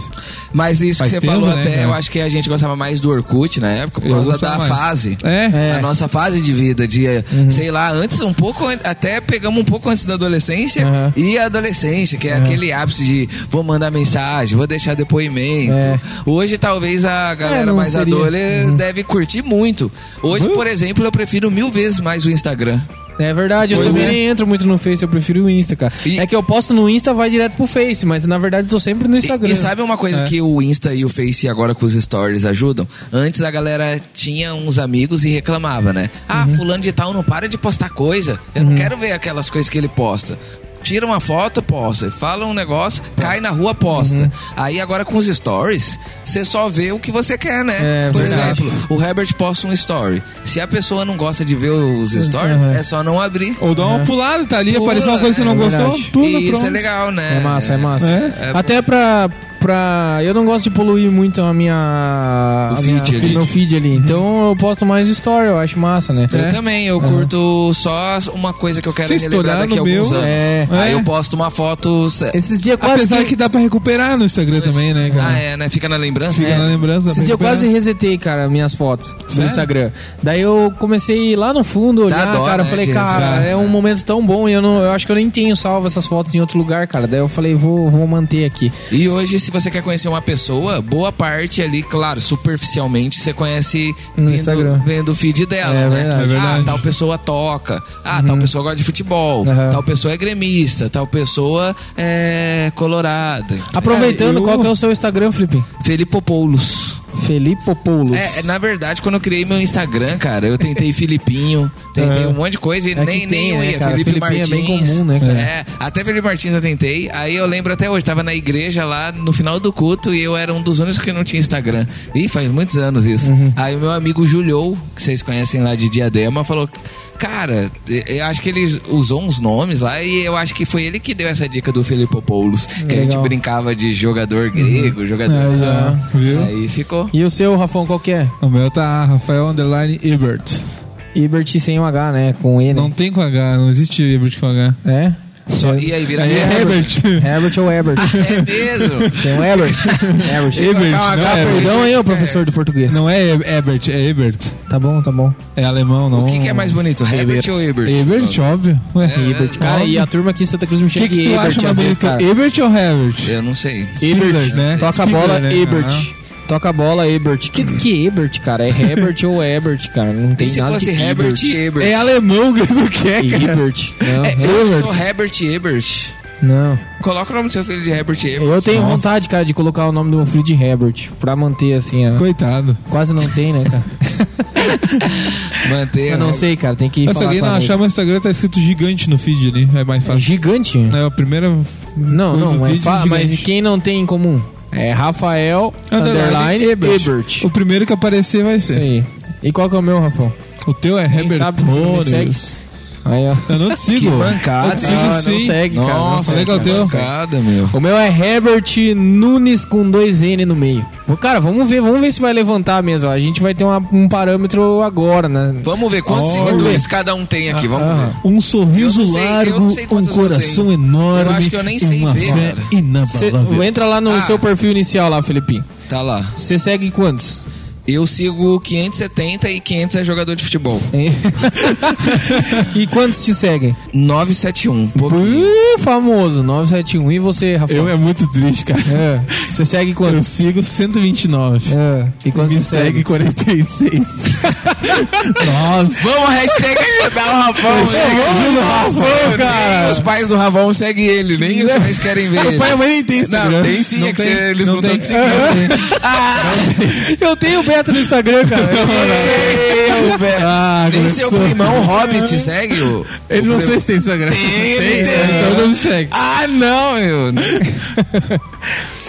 S3: Mas isso
S5: Faz
S3: que você
S5: tempo,
S3: falou
S5: né,
S3: até,
S5: cara?
S3: eu acho que a gente gostava mais do Orkut na época, por
S5: Eu
S3: causa
S5: gostava
S3: da
S5: mais.
S3: fase.
S5: É. Uhum.
S3: A nossa fase de vida, de, sei lá, antes um pouco, an- até pegamos um pouco antes da adolescência
S5: Uhum.
S2: Aham.
S3: e a adolescência, que é aquele ápice de vou mandar mensagem, vou deixar depoimento.
S2: É.
S3: Hoje talvez a galera
S5: É,
S2: não
S3: mais
S2: seria.
S3: adulta
S5: Uhum.
S3: deve curtir muito. Hoje, por exemplo, eu prefiro mil vezes mais o Instagram.
S2: É verdade, eu também nem entro muito no Face, eu prefiro o Insta, cara.
S3: E-
S2: É que eu posto no Insta, vai direto pro Face, mas na verdade eu tô sempre no Instagram. É.
S3: E, e sabe uma coisa que o Insta e o Face agora com os stories ajudam? Antes a galera tinha uns amigos e reclamava, né? Ah,
S2: Uhum.
S3: fulano de tal não para de postar coisa. Eu não quero ver aquelas coisas que ele posta. Tira uma foto, posta. Fala um negócio,
S2: Tá.
S3: cai na rua, posta.
S2: Uhum.
S3: Aí agora com os stories, você só vê o que você quer, né?
S2: É,
S3: Por
S2: verdade.
S3: exemplo, o Herbert posta um story. Se a pessoa não gosta de ver os stories,
S2: Uhum.
S3: é só não abrir.
S5: Ou dá uma pulada, tá ali,
S3: Pula,
S5: apareceu uma coisa que você
S3: é
S5: não gostou,
S2: verdade.
S5: pula,
S3: e isso
S5: pronto.
S3: é legal, né?
S2: É massa, é massa.
S5: É?
S3: É.
S2: Até pra, pra. Eu não gosto de poluir muito a minha.
S3: O
S2: a
S3: feed
S2: minha,
S3: ali.
S2: meu feed ali. Então eu posto mais story, eu acho massa, né?
S3: Eu também, eu curto só uma coisa que eu quero
S5: É. Se
S3: relembrar
S5: estourar
S3: daqui a
S5: no
S3: alguns
S5: meu,
S3: anos.
S2: é.
S3: Aí
S5: É.
S3: eu posto uma foto. se-
S2: Esses dias quase.
S5: Apesar
S2: que-
S5: que dá pra recuperar no Instagram também, né, cara?
S3: Ah, é, né? Fica na lembrança.
S5: Fica
S3: né?
S5: na lembrança. dá pra
S2: É. Esses dias eu
S5: recuperar.
S2: quase resetei, cara, minhas fotos no
S5: Sério?
S2: Instagram. Daí eu comecei lá no fundo
S3: Dá
S2: olhar,
S3: dó,
S2: cara.
S3: né,
S2: eu falei,
S3: de
S2: cara,
S3: resetar.
S2: é um momento tão bom e eu, não, eu acho que eu nem tenho salvo essas fotos em outro lugar, cara. Daí eu falei, vou, vou manter aqui.
S3: E hoje, se você quer conhecer uma pessoa, boa parte ali, claro, superficialmente, você conhece
S2: No
S3: vendo-
S2: Instagram.
S3: vendo o feed dela,
S2: É
S3: né?
S2: verdade.
S5: É verdade. Uhum.
S3: Ah, tal pessoa toca. Ah, tal pessoa gosta de futebol.
S2: Uhum.
S3: Tal pessoa é gremista. Tal pessoa é colorada.
S2: Aproveitando,
S5: eu-
S2: qual que é o seu Instagram, Felipe?
S3: Felipe Poulos.
S2: Felipe Poulos.
S3: É, é, na verdade, quando eu criei meu Instagram, cara, eu tentei Filipinho, tentei
S2: É.
S3: um monte de coisa e
S2: É que
S3: nem,
S2: tem,
S3: nem eu
S2: né,
S3: ia.
S2: cara?
S3: Felipe
S2: Filipinho é
S3: Martins.
S2: bem comum, né, cara?
S3: É, até Felipe Martins eu tentei. Aí eu lembro até hoje, tava na igreja lá no final do culto e eu era um dos únicos que não tinha Instagram. Ih, faz muitos anos isso.
S2: Uhum.
S3: Aí o meu amigo Juliou, que vocês conhecem lá de Diadema, falou. Cara, eu acho que ele usou uns nomes lá e eu acho que foi ele que deu essa dica do Filipopoulos. Que a gente
S2: Legal. Uhum.
S3: brincava de jogador grego, jogador.
S2: Aí, ó,
S5: viu?
S3: Aí ficou.
S2: E o seu, Rafão, qual que é?
S5: O meu tá Rafael Underline Ebert.
S2: Ibert sem um H, né? Com E, né?
S5: Não tem com H, não existe Ebert com H.
S2: É?
S3: Só, e aí vira
S5: Aí é Ebert.
S2: Herbert ou Ebert?
S3: É mesmo?
S2: Tem um Ebert. Ebert.
S5: Ebert,
S3: Colocar um
S5: não
S3: H
S5: é Ebert.
S2: Perdão eu, professor de português.
S5: Não é E- Ebert, é Ebert.
S2: Tá bom, tá bom.
S5: É alemão, não.
S3: O que, que é mais bonito, Herbert ou Ebert?
S5: Ebert, óbvio. Ué,
S3: Ebert.
S2: Cara, e a turma aqui em Santa Cruz me
S5: O É, né? que,
S2: chega
S5: que
S2: de
S5: tu
S2: Ebert
S5: acha mais
S2: às vezes,
S5: bonito?
S2: cara.
S5: Herbert ou Herbert?
S3: Eu não sei.
S5: Ebert, né?
S2: Toca a
S5: Spiller,
S2: bola,
S5: né?
S2: Ebert.
S5: Ah.
S2: Toca a bola, Ebert. Que, que Ebert, cara? É Herbert ou Ebert, cara? Não tem
S3: E se
S2: nada
S3: fosse
S2: de
S3: Herbert e Ebert?
S5: É alemão que tu quer, é, cara.
S2: Ebert. Não,
S3: eu sou Herbert e Ebert.
S2: não.
S3: Coloca o nome do seu filho de Herbert e Ebert.
S2: Eu tenho vontade, cara, de colocar o nome do meu filho de Herbert. Pra manter assim, a-
S5: Coitado.
S2: quase não tem, né, cara?
S3: Manter.
S5: É,
S2: Eu não sei, cara. Tem que
S5: Mas se
S2: falar
S5: alguém
S2: com a
S5: não
S2: Neiva.
S5: achar, meu Instagram tá escrito gigante no feed ali. É mais
S2: É
S5: fácil.
S2: gigante?
S5: É a primeira.
S2: Não,
S5: coisa do
S2: não, é
S5: vídeo
S2: fa-
S5: gigante.
S2: mas quem não tem em comum? É Rafael
S5: Underline
S2: Underline Ebert.
S5: Ebert. O primeiro que aparecer vai
S2: Isso
S5: ser.
S2: aí. E qual que é o meu, Rafão?
S5: O teu é
S2: Quem
S5: Herbert
S2: sabe você me segue?
S5: Torres.
S2: Aí, ó.
S5: Eu não te
S3: Que
S5: sigo.
S3: bancada.
S5: Eu te sigo
S3: Ah,
S2: não
S5: sim.
S2: segue, cara, não
S5: Nossa,
S2: segue,
S5: legal o
S2: cara,
S5: teu.
S2: não segue.
S3: Bancada, meu.
S2: O meu é Herbert Nunes com dois N no meio. Pô, Cara, vamos ver, vamos ver se vai levantar mesmo. ó. A gente vai ter uma- um parâmetro agora, né?
S3: Vamos ver quantos
S5: Olha.
S3: seguidores cada um tem aqui, vamos
S2: Ah,
S3: ver.
S5: Um sorriso
S3: Eu não sei- eu
S5: largo,
S3: não sei
S5: um
S3: quantas eu
S5: coração
S3: tenho.
S5: enorme.
S3: Eu acho que eu nem sei
S5: uma
S3: ver,
S5: fé
S3: cara.
S2: Cê-
S5: inabalável.
S2: entra lá no
S3: Ah.
S2: seu perfil inicial lá, Felipinho.
S3: Tá lá.
S2: Você segue quantos?
S3: Eu sigo 570 e 500 é jogador de futebol.
S2: Hein? e quantos te seguem?
S3: 971. pouquinho.
S2: Uh, famoso, 971. E você, Rafael?
S5: Eu é muito triste, cara.
S2: Você segue
S5: Eu
S2: quantos?
S5: sigo 129.
S2: É. E quantos
S5: Me
S2: você
S5: segue 46. Nossa.
S3: Vamos, hashtag ajudar
S5: um
S3: o Rafão.
S5: Ajuda o Rafão,
S3: Nem os pais do Rafão seguem ele, nem
S2: Né?
S3: os pais querem ver
S2: é
S3: ele.
S5: Pai, mas nem tem Instagram.
S3: Não, tem sim, é que cê- eles não tão te
S5: seguindo.
S2: Eu tenho bem direto no Instagram, cara.
S3: Eu, velho.
S5: Ah,
S3: Nem seu
S5: começou.
S3: é primão Hobbit segue o.
S5: Ele não sei se tem Instagram.
S3: Tem, ele tem.
S5: Então não me segue.
S3: Ah, não, meu.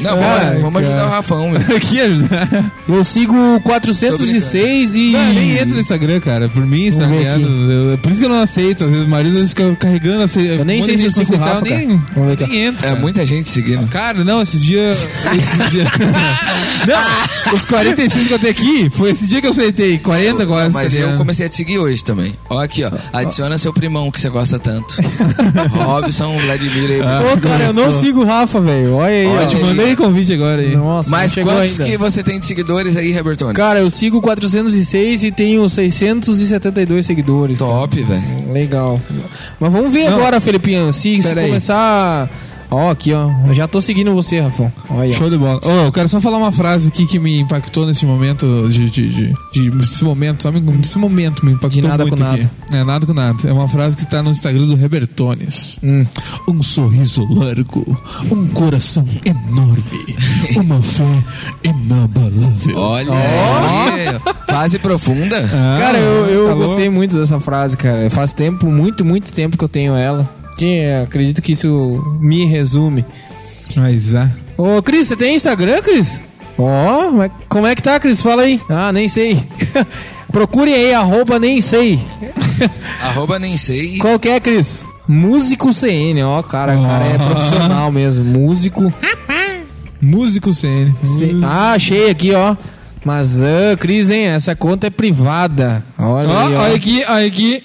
S3: Não, vamos,
S5: Ai,
S3: vamos ajudar
S5: cara.
S3: o Rafão, meu.
S5: Aqui ajudar.
S2: Eu sigo 406 e.
S5: Não, eu nem entro no Instagram, cara. Por mim,
S2: Vamos ver
S5: Instagram. eu- Por isso que eu não aceito. Às vezes o marido às vezes, fica carregando. assim, Ace...
S2: Eu nem sei se eu sigo o Rafa, cara.
S5: nem,
S2: Vamos ver aqui, ó.
S5: nem entro.
S3: É
S5: cara.
S3: muita gente seguindo.
S5: Cara, não, esses dias. Esses dias... não, os 45 que eu tenho aqui foi esse dia que eu aceitei. 40 quase.
S3: Ah, Mas
S5: tá
S3: eu
S5: ligado?
S3: comecei a te seguir hoje também. Ó, aqui, ó.
S5: Ah,
S3: Adiciona seu primão que você gosta tanto. Robson, Vladimir aí.
S5: Ah,
S2: Pô, cara, eu não sigo o Rafa, velho. Olha aí,
S3: Olha
S2: ó.
S5: Te mandei convite agora aí.
S2: Nossa,
S3: Mas
S2: não chegou
S3: quantos
S2: ainda.
S3: que você tem de seguidores aí, Robertone?
S2: Cara, eu sigo 406 e tenho 672 seguidores.
S3: Top, velho.
S2: Legal. Mas vamos ver agora, Felipinho. Se, se
S5: Pera aí.
S2: começar. Ó, aqui, ó. Eu já tô seguindo você, Rafão. Olha.
S5: Show de bola. Ô, eu quero só falar uma frase aqui que me impactou nesse momento. De, de, de, de- desse momento, sabe? Esse momento me impactou
S2: De nada
S5: muito
S2: com
S5: aqui. É, nada com nada. É uma frase que está no Instagram do Rebertones.
S2: Hum.
S5: Um sorriso largo, um coração enorme, uma fé inabalável.
S3: Olha aí. Fase profunda.
S5: Ah,
S2: Cara, eu, eu
S5: tá louco.
S2: gostei muito dessa frase, cara. Faz tempo, muito, muito tempo que eu tenho ela. Que acredito que isso me resume.
S5: Mas, ah.
S2: Ô, Cris, você tem Instagram, Cris? Ó, mas como é que tá, Cris? Fala aí. Ah, nem sei. Procurem aí, arroba nem sei.
S5: Ah.
S3: Arroba nem sei.
S2: Qual que é, Cris? Músico CN, ó, cara, cara, é profissional mesmo. Músico
S5: Músico CN.
S2: C- Ah, achei aqui, ó. Mas, ah, Cris, hein, essa conta é privada. Olha
S5: Ó,
S2: aí, ó.
S5: olha aqui, olha aqui.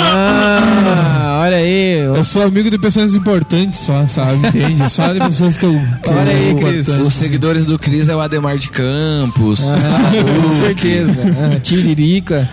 S2: Ah, olha aí.
S5: Eu sou amigo de pessoas importantes só, sabe? Entende? Só de pessoas que eu. que eu-
S2: Olha aí, Cris.
S3: Os seguidores do Cris é o Ademar de Campos.
S5: Ah.
S2: Com certeza. Ah, tiririca.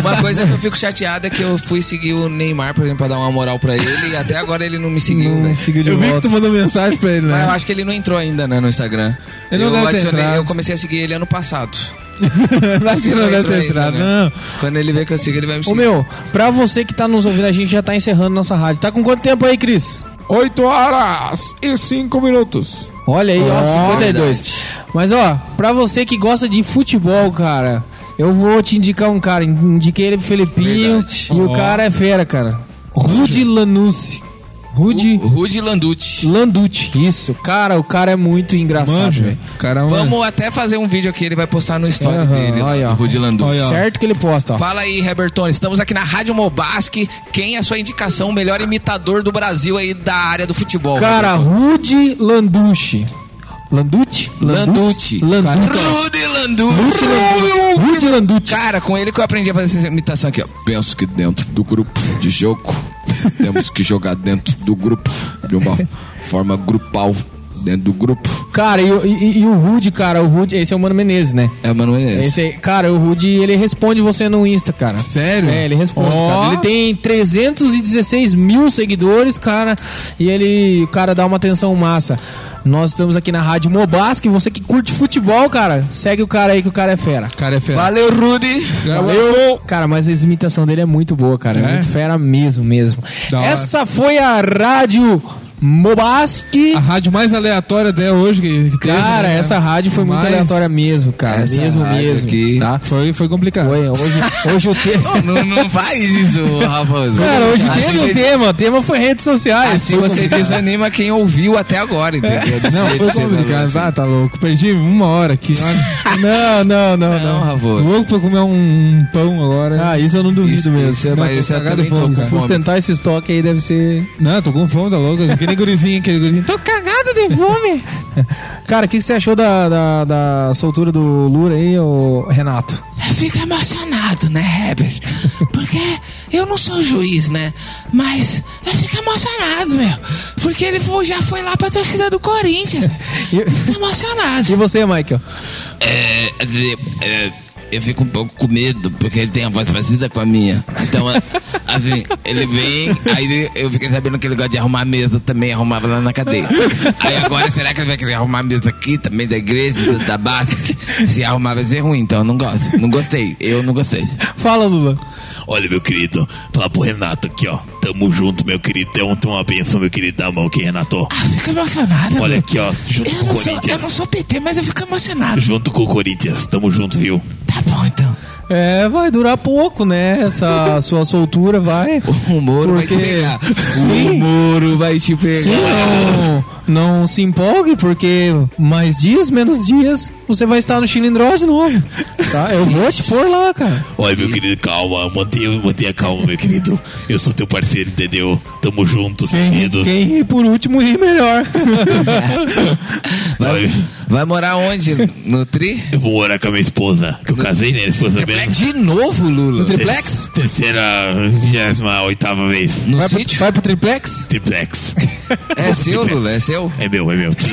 S3: Uma coisa que eu fico chateado é que eu fui seguir o Neymar, por exemplo, pra dar uma moral pra ele. E até agora ele não me seguiu,
S2: Não é.
S3: velho.
S2: seguiu de
S5: Eu vi que
S2: volta.
S5: tu mandou mensagem pra ele, né?
S3: Mas eu acho que ele não entrou ainda, né, no Instagram.
S5: Ele não
S3: eu,
S5: deve ter
S3: adicionei-
S5: entrado.
S3: eu comecei a seguir ele ano passado.
S5: Eu acho é que não
S3: Não
S5: deve
S3: entrou
S5: ter
S3: ainda,
S5: entrado.
S3: né?
S5: Não.
S3: Quando ele vê que eu sigo, ele vai me
S2: Ô,
S3: seguir.
S2: meu, pra você que tá nos ouvindo, a gente já tá encerrando nossa rádio. Tá com quanto tempo aí, Cris?
S5: 8 horas e 5 minutos.
S2: Olha aí, ó, 52.
S3: verdade.
S2: Mas ó, pra você que gosta de futebol, cara, eu vou te indicar um cara. Indiquei ele pro Felipinho
S3: Verdade.
S2: e o cara é fera, cara. Rudy Lanussi. Rudy
S3: O Rudy Landucci.
S2: Landucci. Isso, cara, o cara é muito engraçado,
S5: Manja.
S2: velho.
S5: Cara, é mano.
S3: Vamos até fazer um vídeo aqui, ele vai postar no story
S2: Aham,
S3: dele,
S2: olha,
S3: o
S2: ó.
S3: Rudy Landucci.
S5: Olha, ó.
S2: Certo que ele posta, ó.
S3: Fala aí, Rebertone. Estamos aqui na Rádio Mobasque. Quem é a sua indicação, o melhor imitador do Brasil aí da área do futebol?
S2: Cara, Rudy Landucci. Landucci?
S3: Landucci.
S2: Landucci.
S3: Rudy Landucci.
S2: Rudy Landucci.
S3: Cara, com ele que eu aprendi a fazer essa imitação aqui, ó.
S6: Penso que dentro do grupo de jogo, temos que jogar dentro do grupo, de uma forma grupal, dentro do grupo.
S2: Cara, e, o- e- e o Rudy, cara, o Rudy, esse é o Mano Menezes, né?
S3: É, mano, é esse.
S2: Esse aí, cara, o Rudy, ele responde você no Insta, cara.
S5: Sério?
S2: É, ele responde,
S5: Ó.
S2: cara. Ele tem 316 mil seguidores, cara, e ele, o cara, dá uma atenção massa. Nós estamos aqui na Rádio Mobasque, você que curte futebol, cara, segue o cara aí que o cara é fera.
S5: Cara, é fera.
S3: Valeu, Rudy.
S2: Valeu! Cara, mas a imitação dele é muito boa, cara. É,
S5: É?
S2: muito fera mesmo, mesmo.
S5: Da hora.
S2: Essa foi a Rádio Mobasque.
S5: A rádio mais aleatória até hoje que, que teve.
S2: Cara,
S5: né?
S2: essa rádio foi muito
S5: Mas
S2: aleatória mesmo, cara.
S3: é Essa
S2: É mesmo,
S3: rádio
S2: mesmo.
S3: aqui-
S2: Tá?
S5: Foi, foi complicado.
S2: Foi, hoje, hoje o tema.
S3: Não, não faz isso, Raposo.
S2: Cara, hoje
S3: Assim
S2: teve
S3: você-
S2: o tema. O tema foi redes sociais.
S3: Assim você desanima quem ouviu até agora, entendeu? Desse
S5: Não,
S3: jeito
S5: foi
S3: você valoriza.
S5: complicado. Ah, tá louco. Perdi uma hora aqui. Olha.
S2: assim. Não, não, não,
S3: Não,
S2: não.
S3: Raposo.
S5: louco pra comer um pão agora.
S2: Ah, isso eu não duvido
S3: Isso,
S2: mesmo.
S3: isso é-
S2: Não,
S3: mas
S2: tô
S3: isso eu
S2: cagado
S3: também
S2: de fome.
S3: tô com fome.
S2: Sustentar esse estoque aí deve ser.
S5: Não, tô com fome, tá louco. Que nem gurizinho, aquele gurizinho. Tô
S2: Cagada de fome! Cara, o que, que você achou da, da, da soltura do Lura aí, ô Renato?
S10: Fico emocionado, né, Herbert? Porque eu não sou juiz, né? Mas eu fico emocionado, meu. Porque ele foi- já foi lá pra torcida do Corinthians.
S2: E,
S10: Fico emocionado.
S2: e você, Michael?
S4: É, é, é,
S3: eu fico um pouco com medo, porque ele tem a voz parecida com a minha. Então, a- assim, ele vem, aí ele- eu fiquei sabendo que ele gosta de arrumar a mesa também, arrumava lá na cadeia. Aí agora, será que ele vai querer arrumar a mesa aqui também da igreja, da base? Se arrumar vai ser ruim, então eu não gosto. Não gostei, eu não gostei.
S2: Fala, Lula.
S4: Olha, meu querido, falar pro Renato aqui, ó. Tamo junto, meu querido. Tem um- tem uma benção, meu querido, da mão aqui, Renato.
S3: Fico emocionada.
S4: Olha aqui, ó. Junto com o Corinthians.
S3: PT, mas eu fico emocionado.
S4: Junto com o Corinthians. Tamo junto, viu?
S3: Tá bom, então.
S2: É, vai durar pouco, né? Essa sua soltura vai.
S3: O Moro
S2: Porque-
S3: vai te pegar.
S2: Sim.
S3: O Moro vai te pegar.
S2: Sim, não, não se empolgue, porque mais dias, menos dias, você vai estar no Chilindró de novo. Tá? Eu vou te pôr lá, cara.
S4: Olha, meu querido, calma. Mantenha, mantenha calma, meu querido. Eu sou teu parceiro, entendeu? Tamo juntos,
S2: Quem,
S4: queridos.
S2: quem rir por último ri melhor.
S4: Olha,
S3: Vai morar onde? No Tri?
S4: eu vou morar com a minha esposa, que eu casei, né? Esposa mesmo.
S3: É De novo, Lula? No
S4: Ter- Terceira, vigésima, oitava vez.
S3: No
S2: Vai pro,
S3: sítio?
S2: vai pro triplex?
S4: Triplex.
S3: É seu, Lula? É seu?
S4: É meu, é meu. tudo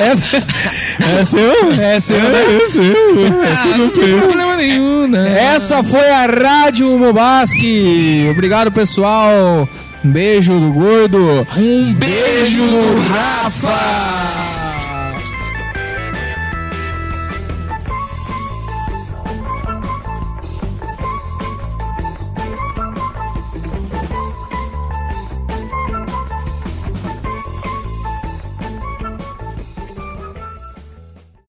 S4: meu.
S2: É seu? É seu, né?
S3: problema nenhum, né?
S2: Essa foi a Rádio Mobasque. Obrigado, pessoal. Um beijo do gordo.
S3: Um beijo do Rafa!